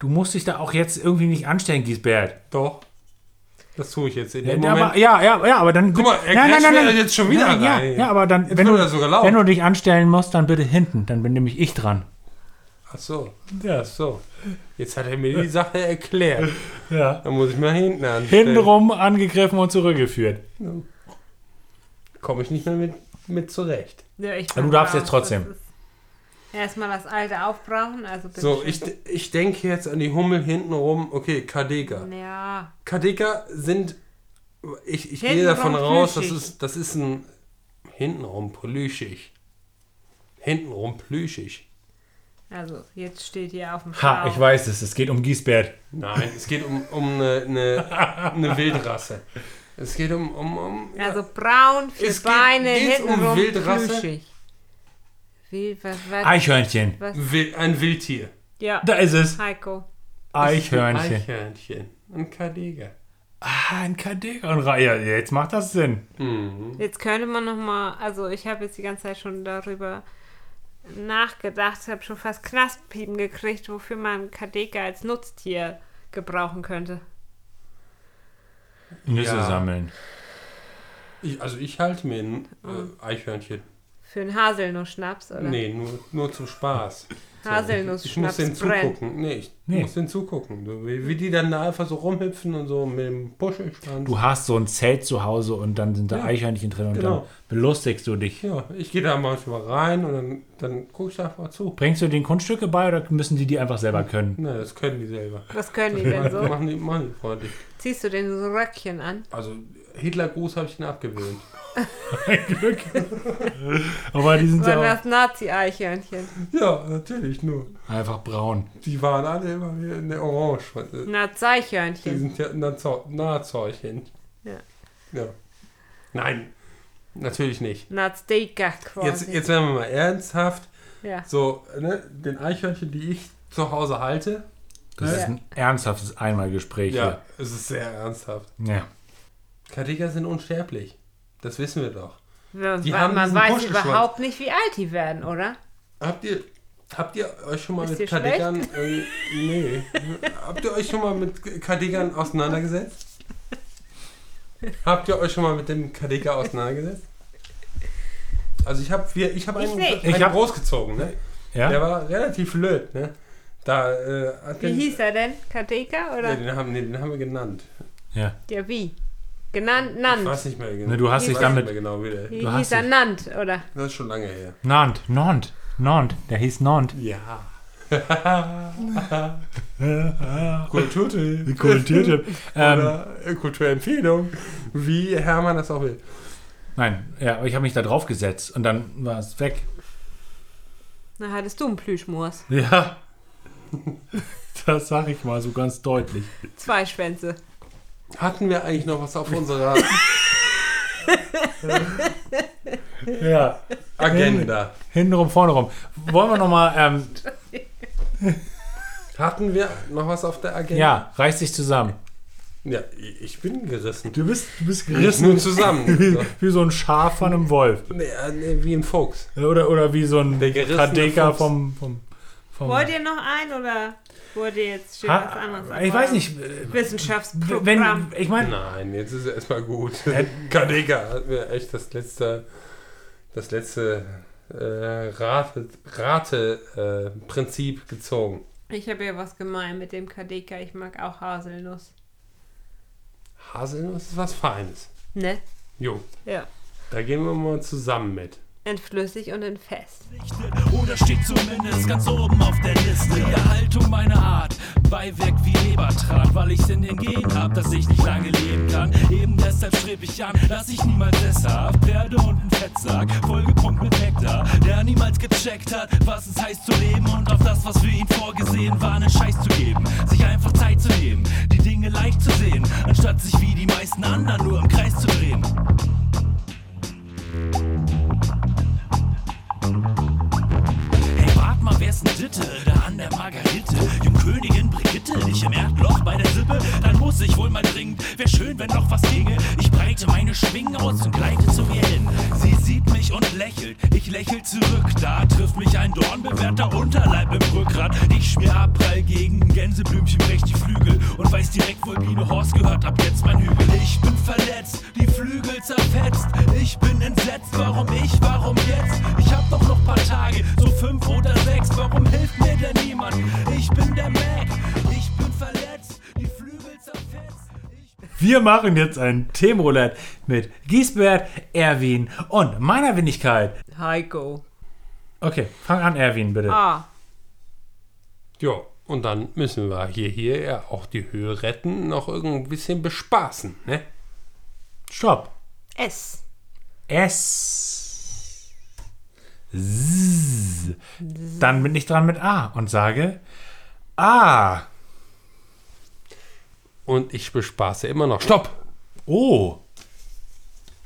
Du musst dich da auch jetzt irgendwie nicht anstellen, Giesbert. Doch. Das tue ich jetzt in Ja, dem aber, Moment. ja, ja, ja, aber dann. Guck mal, er grätscht mir jetzt schon wieder nein, ja, rein. ja, aber dann, Jetzt wenn du, wird er sogar laut. wenn du dich anstellen musst, dann bitte hinten. Dann bin nämlich ich dran. Ach so. Ja, so. Jetzt hat er mir die Sache erklärt. Ja. Dann muss ich mal hinten an. Hintenrum angegriffen und zurückgeführt. Komme ich nicht mehr mit, mit zurecht. Ja, ich Aber du fand darfst auch, jetzt trotzdem. das ist- Erstmal das alte aufbrauchen, also bitte. So, schön. ich, ich denke jetzt an die Hummel hintenrum. Okay, Kadeka. Ja, Kadeka sind. Ich, ich gehe Hintenrum davon raus, das plüschig. ist, das ist ein. Hintenrum plüschig. Hintenrum plüschig. also jetzt steht hier auf dem Ha, ich weiß es. Es geht um Giesbert. Nein, es geht um, um eine, eine, eine Wildrasse. Es geht um. um, um ja. Also braun, vier Es geht- Beine, geht's um hinten rum, Wildrasse? plüschig. Wild, was, was? Eichhörnchen. Wild, ein Wildtier. ja, Ah, Da ist es. Heiko. Eichhörnchen. Eichhörnchen. Ein Kadega. Ah, ein Kadek. Und Ra- ja, jetzt macht das Sinn. Jetzt könnte man noch mal, also ich habe jetzt die ganze Zeit schon darüber nachgedacht, habe schon fast Knaspiepen gekriegt, wofür man Kadeka als Nutztier gebrauchen könnte. Nüsse Ja. sammeln. Ich, also ich halte mir ein äh, Eichhörnchen. Für einen Haselnuss-Schnaps, oder? Nee, nur, nur zum Spaß. Haselnuss-Schnaps Ich muss den brennt. zugucken. Nee, ich Nee. muss den zugucken. So, Wie, wie die dann da einfach so rumhüpfen und so mit dem Puschelschwanz. Du hast so ein Zelt zu Hause und dann sind da Ja. Eichhörnchen drin und Genau. dann belustigst du dich. Ja, ich gehe da manchmal rein und dann, dann gucke ich da einfach zu. Bringst du den Kunststücke bei oder müssen die die einfach Hm. selber können? Na, das können die selber. Was können die <laughs> denn so? Machen die, machen die freundlich. Ziehst du den so ein Röckchen an? Also Hitlergruß habe ich ihnen abgewöhnt. <laughs> Ein Glück. Aber die sind Sondern ja das Nazi-Eichhörnchen. Ja, natürlich nur. auch einfach braun. Die waren alle immer hier in der Orange. Äh, Die Nazi-Eichhörnchen. sind ja Nazo- Nahezeichen. Ja. ja. Nein, natürlich nicht. Nazdeka quasi. Jetzt, jetzt werden wir mal ernsthaft. Ja. So, ne, den Eichhörnchen, die ich zu Hause halte, Das ist ein ernsthaftes Einmalgespräch ja, es ist sehr ernsthaft. hier. Ja. Kadeker sind unsterblich. Das wissen wir doch. Man, die haben man diesen weiß Buschelschwanz. überhaupt nicht, wie alt die werden, oder? Habt ihr, habt ihr euch schon mal Ist mit dir Kadegern. Äh, nee. habt ihr euch schon mal mit Kadegern auseinandergesetzt? habt ihr euch schon mal mit dem Kadeger auseinandergesetzt? Also ich habe ich hab einen, nicht. einen Ich hab- großgezogen, ne? Ja? Der war relativ blöd, ne? Da äh, hat Wie den, hieß er denn? Kadeka Nee, oder? den, haben, nee, den haben wir genannt. ja. Ja, wie? Genannt Ich Nant. weiß nicht mehr genau. Ne, du hast Ich dich weiß nicht damit. mehr genau wie der. Hm. Wie Du hieß hast er dich- Nant, oder? Das ist schon lange her. Nant, Nant, Nant. Der hieß Nant. Ja. Kulturtipp. Kultierte. <laughs> <laughs> ähm, Oder äh, Kulturempfehlung, wie Hermann das auch will. nein, ja, aber ich habe mich da drauf gesetzt und dann war es weg. Na, hattest du einen Plüschmoors. Ja. <laughs> Das sage ich mal so ganz deutlich. Zwei Schwänze. Hatten wir eigentlich noch was auf unserer Ja. Agenda? Hintenrum, vorne rum. Wollen wir nochmal, ähm, Hatten wir noch was auf der Agenda? ja, reiß dich zusammen. Ja. ich bin gerissen. Du bist, du bist Gerissen nur <laughs> zusammen. wie, So. wie so ein Schaf von einem Wolf. nee, äh, nee, wie ein Fuchs. Oder, oder wie so ein Der gerissene Kadeker Fuchs. vom. vom, vom Wollt ihr noch einen oder wollt ihr jetzt schön was anderes? ha, ich weiß anmachen? nicht, äh, Wissenschaftsprogramm. wenn, ich meine, Nein, jetzt ist erstmal gut. Äh. Kadeka hat mir echt das letzte, das letzte äh, Rate-Prinzip Rate, äh, Prinzip gezogen. ich habe ja was gemein mit dem Kadeka. Ich mag auch Haselnuss. Haselnuss ist was Feines. Ne? Jo, Ja. da gehen wir mal zusammen mit. In flüssig und in fest. Oder steht zumindest ganz oben auf der Liste. Die Haltung meiner Art, Beiwerk wie Lebertran, weil ich's in den Gen hab, dass ich nicht lange leben kann. Eben deshalb strebe ich an, dass ich niemals sesshaft werde und ein Fettsack, vollgepumpt mit Nektar, der niemals gecheckt hat, was es heißt zu leben und auf das, was für ihn vorgesehen war, einen Scheiß zu geben. Sich einfach Zeit zu nehmen, die Dinge leicht zu sehen, anstatt sich wie die meisten anderen nur im Kreis zu drehen. der Margarite. Jungkönigin Brigitte, dich im Erdloch bei der Sippe, dann muss ich wohl mal dringend. Wär schön, wenn noch was ginge. Ich breite meine Schwingen aus und gleite zu ihr hin. Sie sieht mich und lächelt, ich lächel zurück. Da trifft mich ein dornbewehrter Unterleib im Rückgrat. Ich schmier Abprall gegen ein Gänseblümchen recht die Flügel und weiß direkt, wo Biene Horst gehört. Ab jetzt mein Hügel. Ich bin verletzt, die Flügel zerfetzt. Ich bin entsetzt, warum ich, warum jetzt? Ich hab doch noch paar Tage, so fünf oder sechs. Warum hilft mir denn niemand? Ich bin der Mac, ich bin verletzt, die Flügel zerfetzt. Ich Wir machen jetzt ein Themenroulette mit Giesbert, Erwin und meiner Wenigkeit. Heiko. Okay, fang an, Erwin, bitte. Ah, Jo, und dann müssen wir hier, hier ja auch die Höhe retten, noch irgendein bisschen bespaßen, ne? Stopp. S. S. Z. Dann bin ich dran mit A und sage A. Und ich bespaße immer noch. Stopp! Oh. O.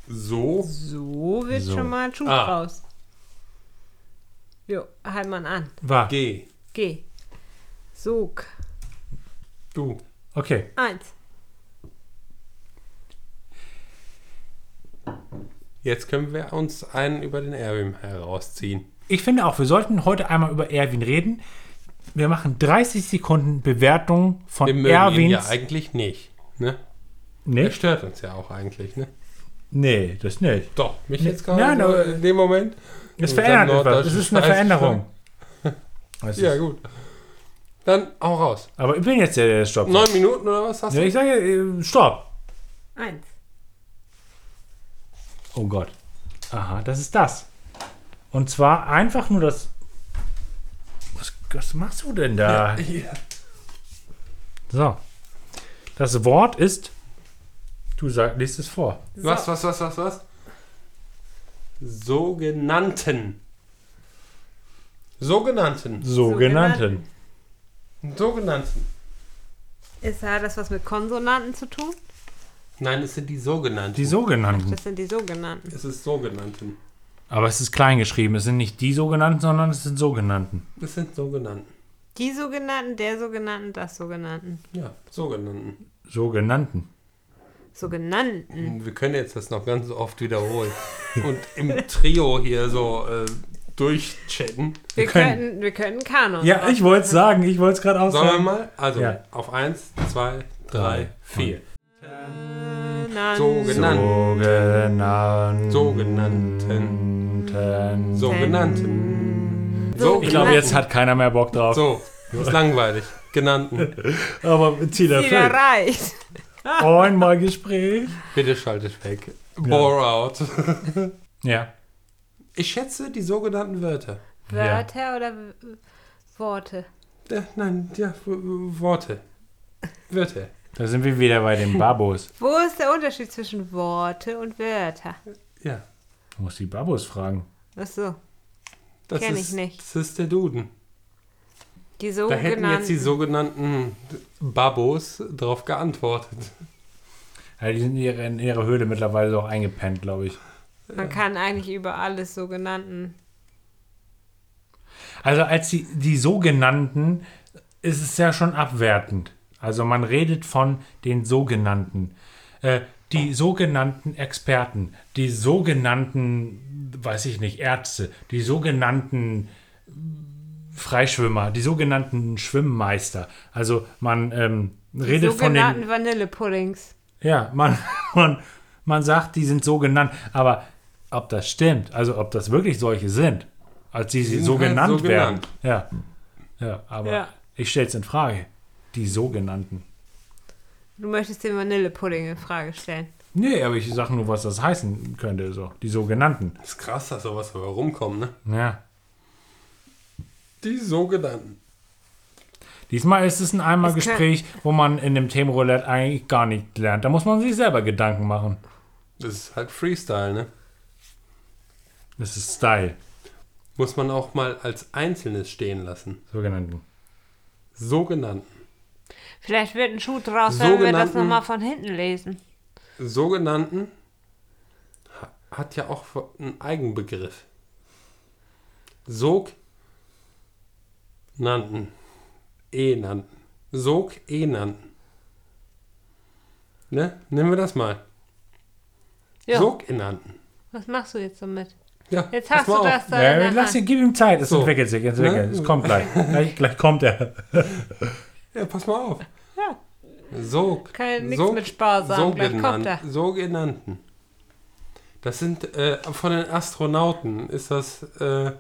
So. So wird So. schon mal ein Schuh Ah. raus. Jo, halt mal an. War. G. G. Sog. Du. Okay. Eins. Jetzt können wir uns einen über den Erwin herausziehen. Ich finde auch, wir sollten heute einmal über Erwin reden. Wir machen 30 Sekunden Bewertung von Wir mögen ihn ja Erwins. eigentlich nicht. Ne? Er nee, stört uns ja auch eigentlich, ne? nee, das nicht. Doch, mich jetzt gerade Ne, Nein, so aber- in dem Moment. Es In verändert seinem etwas. Es ist eine norddeutschen <laughs> Veränderung. Es Ja, ist- gut. Dann auch raus. Aber ich bin jetzt der, der stoppt. Neun Minuten oder was hast Ja, du? ich sage, äh, stopp. Eins. Oh Gott. Aha, das ist das. Und zwar einfach nur das. Was, was machst du denn da? Ja. So. Das Wort ist. Du sag, liest es vor. Was, was, was, was, was? Sogenannten. Sogenannten. Sogenannten. Sogenannten. Ist da das was mit Konsonanten zu tun? Nein, es sind die sogenannten. Die sogenannten. Das sind die sogenannten. es ist sogenannten. Aber es ist klein geschrieben. Es sind nicht die sogenannten, sondern es sind sogenannten. Es sind sogenannten. Die sogenannten, der sogenannten, das sogenannten. Ja, sogenannten. Sogenannten. Sogenannten. Wir können jetzt das noch ganz oft wiederholen und im Trio hier so äh, durchchatten. Wir können- können, wir können Kanon. Ja, ich wollte es sagen. Ich wollte es gerade auch Sollen wir sagen. mal? Also, Ja. auf eins, zwei, drei, vier. Sogenannten. Sogenannten. Sogenannten. Sogenannten. Sogenannten. So- Ich glaube, jetzt hat keiner mehr Bock drauf. So, ist langweilig. Genannten. Aber Ziel Ziel erfüllt. erreicht. Einmal Gespräch. Bitte schaltet weg. Bore out. Ja. Ich schätze die sogenannten Wörter. Wörter oder W- Worte? Äh, nein, ja, w- w- Worte. Wörter. Da sind wir wieder bei den Babos. Wo ist der Unterschied zwischen Worte und Wörter? Ja. Du musst die Babos fragen. Ach so. Das Kenn ist, ich nicht. Das ist der Duden. Die Da sogenannten. hätten jetzt die sogenannten Babos drauf geantwortet. Ja, die sind in ihrer, in ihrer Höhle mittlerweile auch eingepennt, glaube ich. Man kann eigentlich über alles sogenannten. Also als die, die sogenannten ist es ja schon abwertend. Also man redet von den sogenannten. Äh, die sogenannten Experten, die sogenannten, weiß ich nicht, Ärzte, die sogenannten Freischwimmer, die sogenannten Schwimmmeister. Also man ähm, redet von den Sogenannten Vanillepuddings. Ja, man, <laughs> man, man sagt, die sind so genannt. Aber ob das stimmt, also ob das wirklich solche sind, als die, sie sind so halt genannt so werden. genannt. Ja. ja, aber Ja. ich stelle es in Frage. Die sogenannten. Du möchtest den Vanillepudding in Frage stellen. Nee, aber ich sage nur, was das heißen könnte. So. Die sogenannten. Ist krass, dass sowas aber rumkommt, ne? Ja. Die sogenannten. Diesmal ist es ein Es kann- Einmalgespräch, wo man in dem Themenroulette eigentlich gar nicht lernt. Da muss man sich selber Gedanken machen. Das ist halt Freestyle, ne? Das ist Style. Muss man auch mal als Einzelnes stehen lassen. Sogenannten. Sogenannten. Vielleicht wird ein Schuh draus, wenn wir das Sogenannten- nochmal von hinten lesen. Sogenannten ha- hat ja auch einen Eigenbegriff. Sognannten. E nannten. Sog E nannten. Ne? Nehmen wir das mal. Ja. Sog E nannten. Was machst du jetzt damit? Ja, Jetzt pass hast mal du auf. das da. in Ja, der lass Hand. ihn, gib ihm Zeit, es So. entwickelt sich, es entwickelt sich. Ne? Es kommt gleich. <laughs> gleich. Gleich kommt er. Ja, pass mal auf. Ja. Sog. Kein- nix mit sparsam, gleich kommt er. sogenannten, sogenannten. Das sind äh, von den Astronauten ist das äh,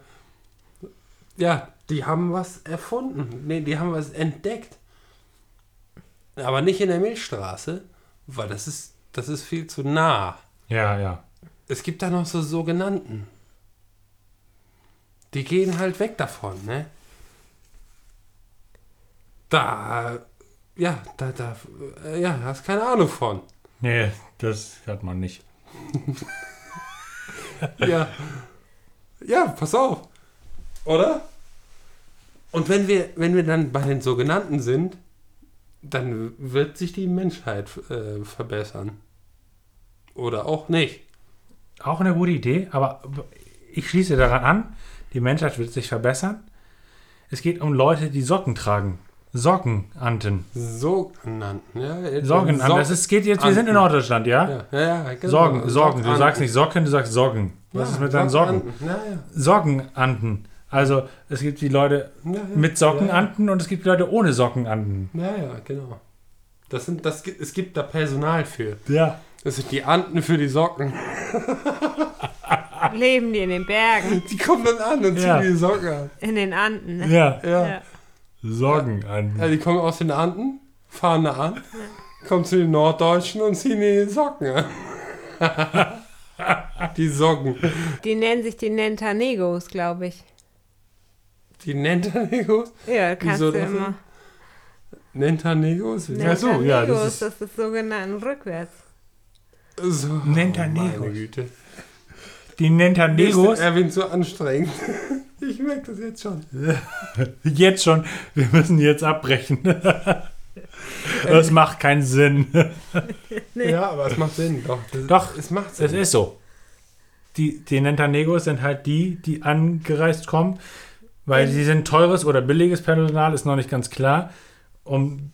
ja, die haben was erfunden. Nee, die haben was entdeckt. Aber nicht in der Milchstraße, weil das ist das ist viel zu nah. Ja, ja. Es gibt da noch so sogenannten. Die gehen halt weg davon, ne? Da, ja, da, da, äh, ja, hast keine Ahnung von. Nee, das hat man nicht. Ja. Ja, pass auf. Oder? Und wenn wir, wenn wir dann bei den sogenannten sind, dann wird sich die Menschheit äh, verbessern. Oder auch nicht. Auch eine gute Idee, aber ich schließe daran an, die Menschheit wird sich verbessern. Es geht um Leute, die Socken tragen. Sockenanten. Sogenannten, ja. Sorgenanten. Das ist, geht jetzt, wir sind in Norddeutschland, ja? Ja, ja, ja, genau. Sorgen, Sorgen. Du Sorgenanten. sagst nicht Socken, du sagst Sorgen. Was Ja, ist mit deinen Sorgen? Sorgenanten. Ja, Sockenanten. Also es gibt die Leute Ja, ja. mit Sockenanten und es gibt die Leute ohne Sockenanten. ja, ja, ja, genau. Das sind, das gibt, es gibt da Personal für. Ja. Das sind die Anten für die Socken. <laughs> Leben die in den Bergen, Die kommen dann an und ziehen Ja. die Socken an. in den Anden. ne? Ja. Ja. Ja. ja, Sockenanten. die kommen aus den Anden, fahren da an, kommen zu den Norddeutschen und ziehen die Socken an. <laughs> die Socken. Die nennen sich die Nentanegos, glaube ich. Die Nentanegos. Ja, kannst Wieso du das immer. Nentanegos? Nentanegos, so, ja, das ist- das ist sogenannten rückwärts. So, Oh, Nentanegos. Meine Güte. Die Negos? Nentanegos. Erwin so anstrengend. <laughs> Ich merke das jetzt schon. Jetzt schon. Wir müssen jetzt abbrechen. <laughs> Das macht keinen Sinn. Ja, aber es macht Sinn. Doch, das, Doch, es macht Sinn. Es ist so. Die, die Nentanegos sind halt die, die angereist kommen, weil sie sind teures oder billiges Personal, ist noch nicht ganz klar, um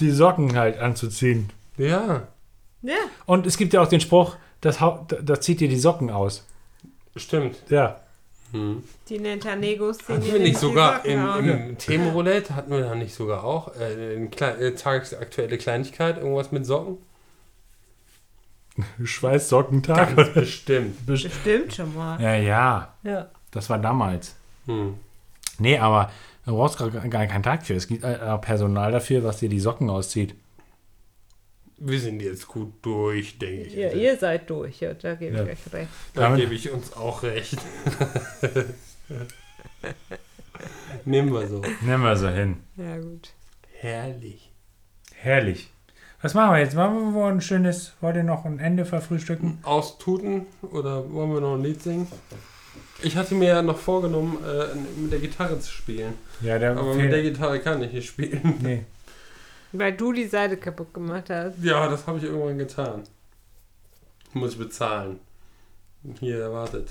die Socken halt anzuziehen. ja, Ja, Und es gibt ja auch den Spruch, das, Haupt, das zieht dir die Socken aus. stimmt. Ja. die Nentanegos ziehen Hatten die wir nicht die sogar Socken im, aus. im Themenroulette, hatten wir da nicht sogar auch äh, in Kle äh, tagesaktuelle Kleinigkeit, irgendwas mit Socken? Schweißsockentag. Bestimmt. Bestimmt schon mal. Ja, ja, Ja. das war damals. Hm. Nee, aber du brauchst gar, gar keinen Tag für. Es gibt äh, Personal dafür, was dir die Socken auszieht. Wir sind jetzt gut durch, denke ich. Also, Ja, ihr seid durch, ja, da gebe Ja. ich euch recht. da gebe ich uns auch recht. <laughs> Nehmen wir so. Nehmen wir so hin. Ja, gut. Herrlich. Herrlich. Was machen wir jetzt? Machen wir ein schönes, wollt ihr noch ein Ende verfrühstücken? Austuten oder wollen wir noch ein Lied singen? Ich hatte mir ja noch vorgenommen, äh, mit der Gitarre zu spielen. Ja, der Aber mit der Gitarre kann ich nicht spielen. <laughs> Nee. Weil du die Seite kaputt gemacht hast. Ja, das habe ich irgendwann getan. Muss ich bezahlen. Hier, wartet.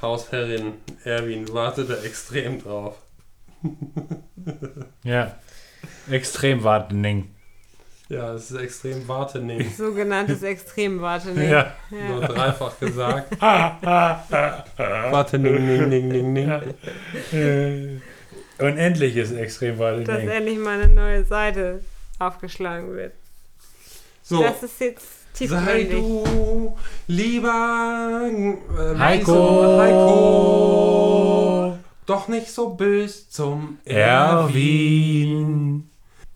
Hausherrin Erwin wartete extrem drauf. <laughs> Ja. Extrem wartening. Ja, es ist extrem Wartening. <laughs> Sogenanntes Extremwarte. ne? Ja. Nur dreifach <laughs> gesagt. wartening. Ding, ding, ding, ding. Unendliches extrem Dass wartening. endlich mal eine neue Seite aufgeschlagen wird. So, Das ist jetzt sei tiefgründig. du lieber äh, Heiko. Heiko, doch nicht so bös zum Erwin.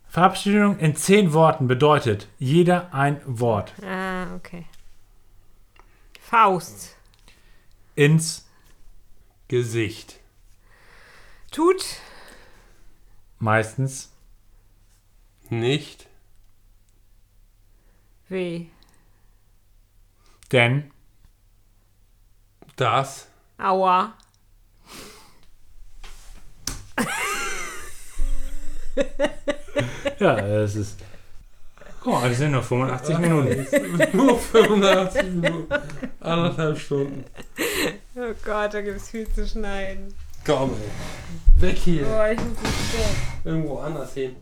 Verabschiedung in zehn Worten bedeutet jeder ein Wort. Ah, okay. Faust. Ins Gesicht. Tut. meistens Nicht Weh. denn das Aua. Ja, es ist. Guck mal, wir sind noch 85 Minuten. <laughs> nur 85 Minuten, anderthalb Stunden. Oh Gott, da gibt es viel zu schneiden. Komm, ey. Weg hier. Boah, ich muss nicht stehen. Irgendwo anders hin.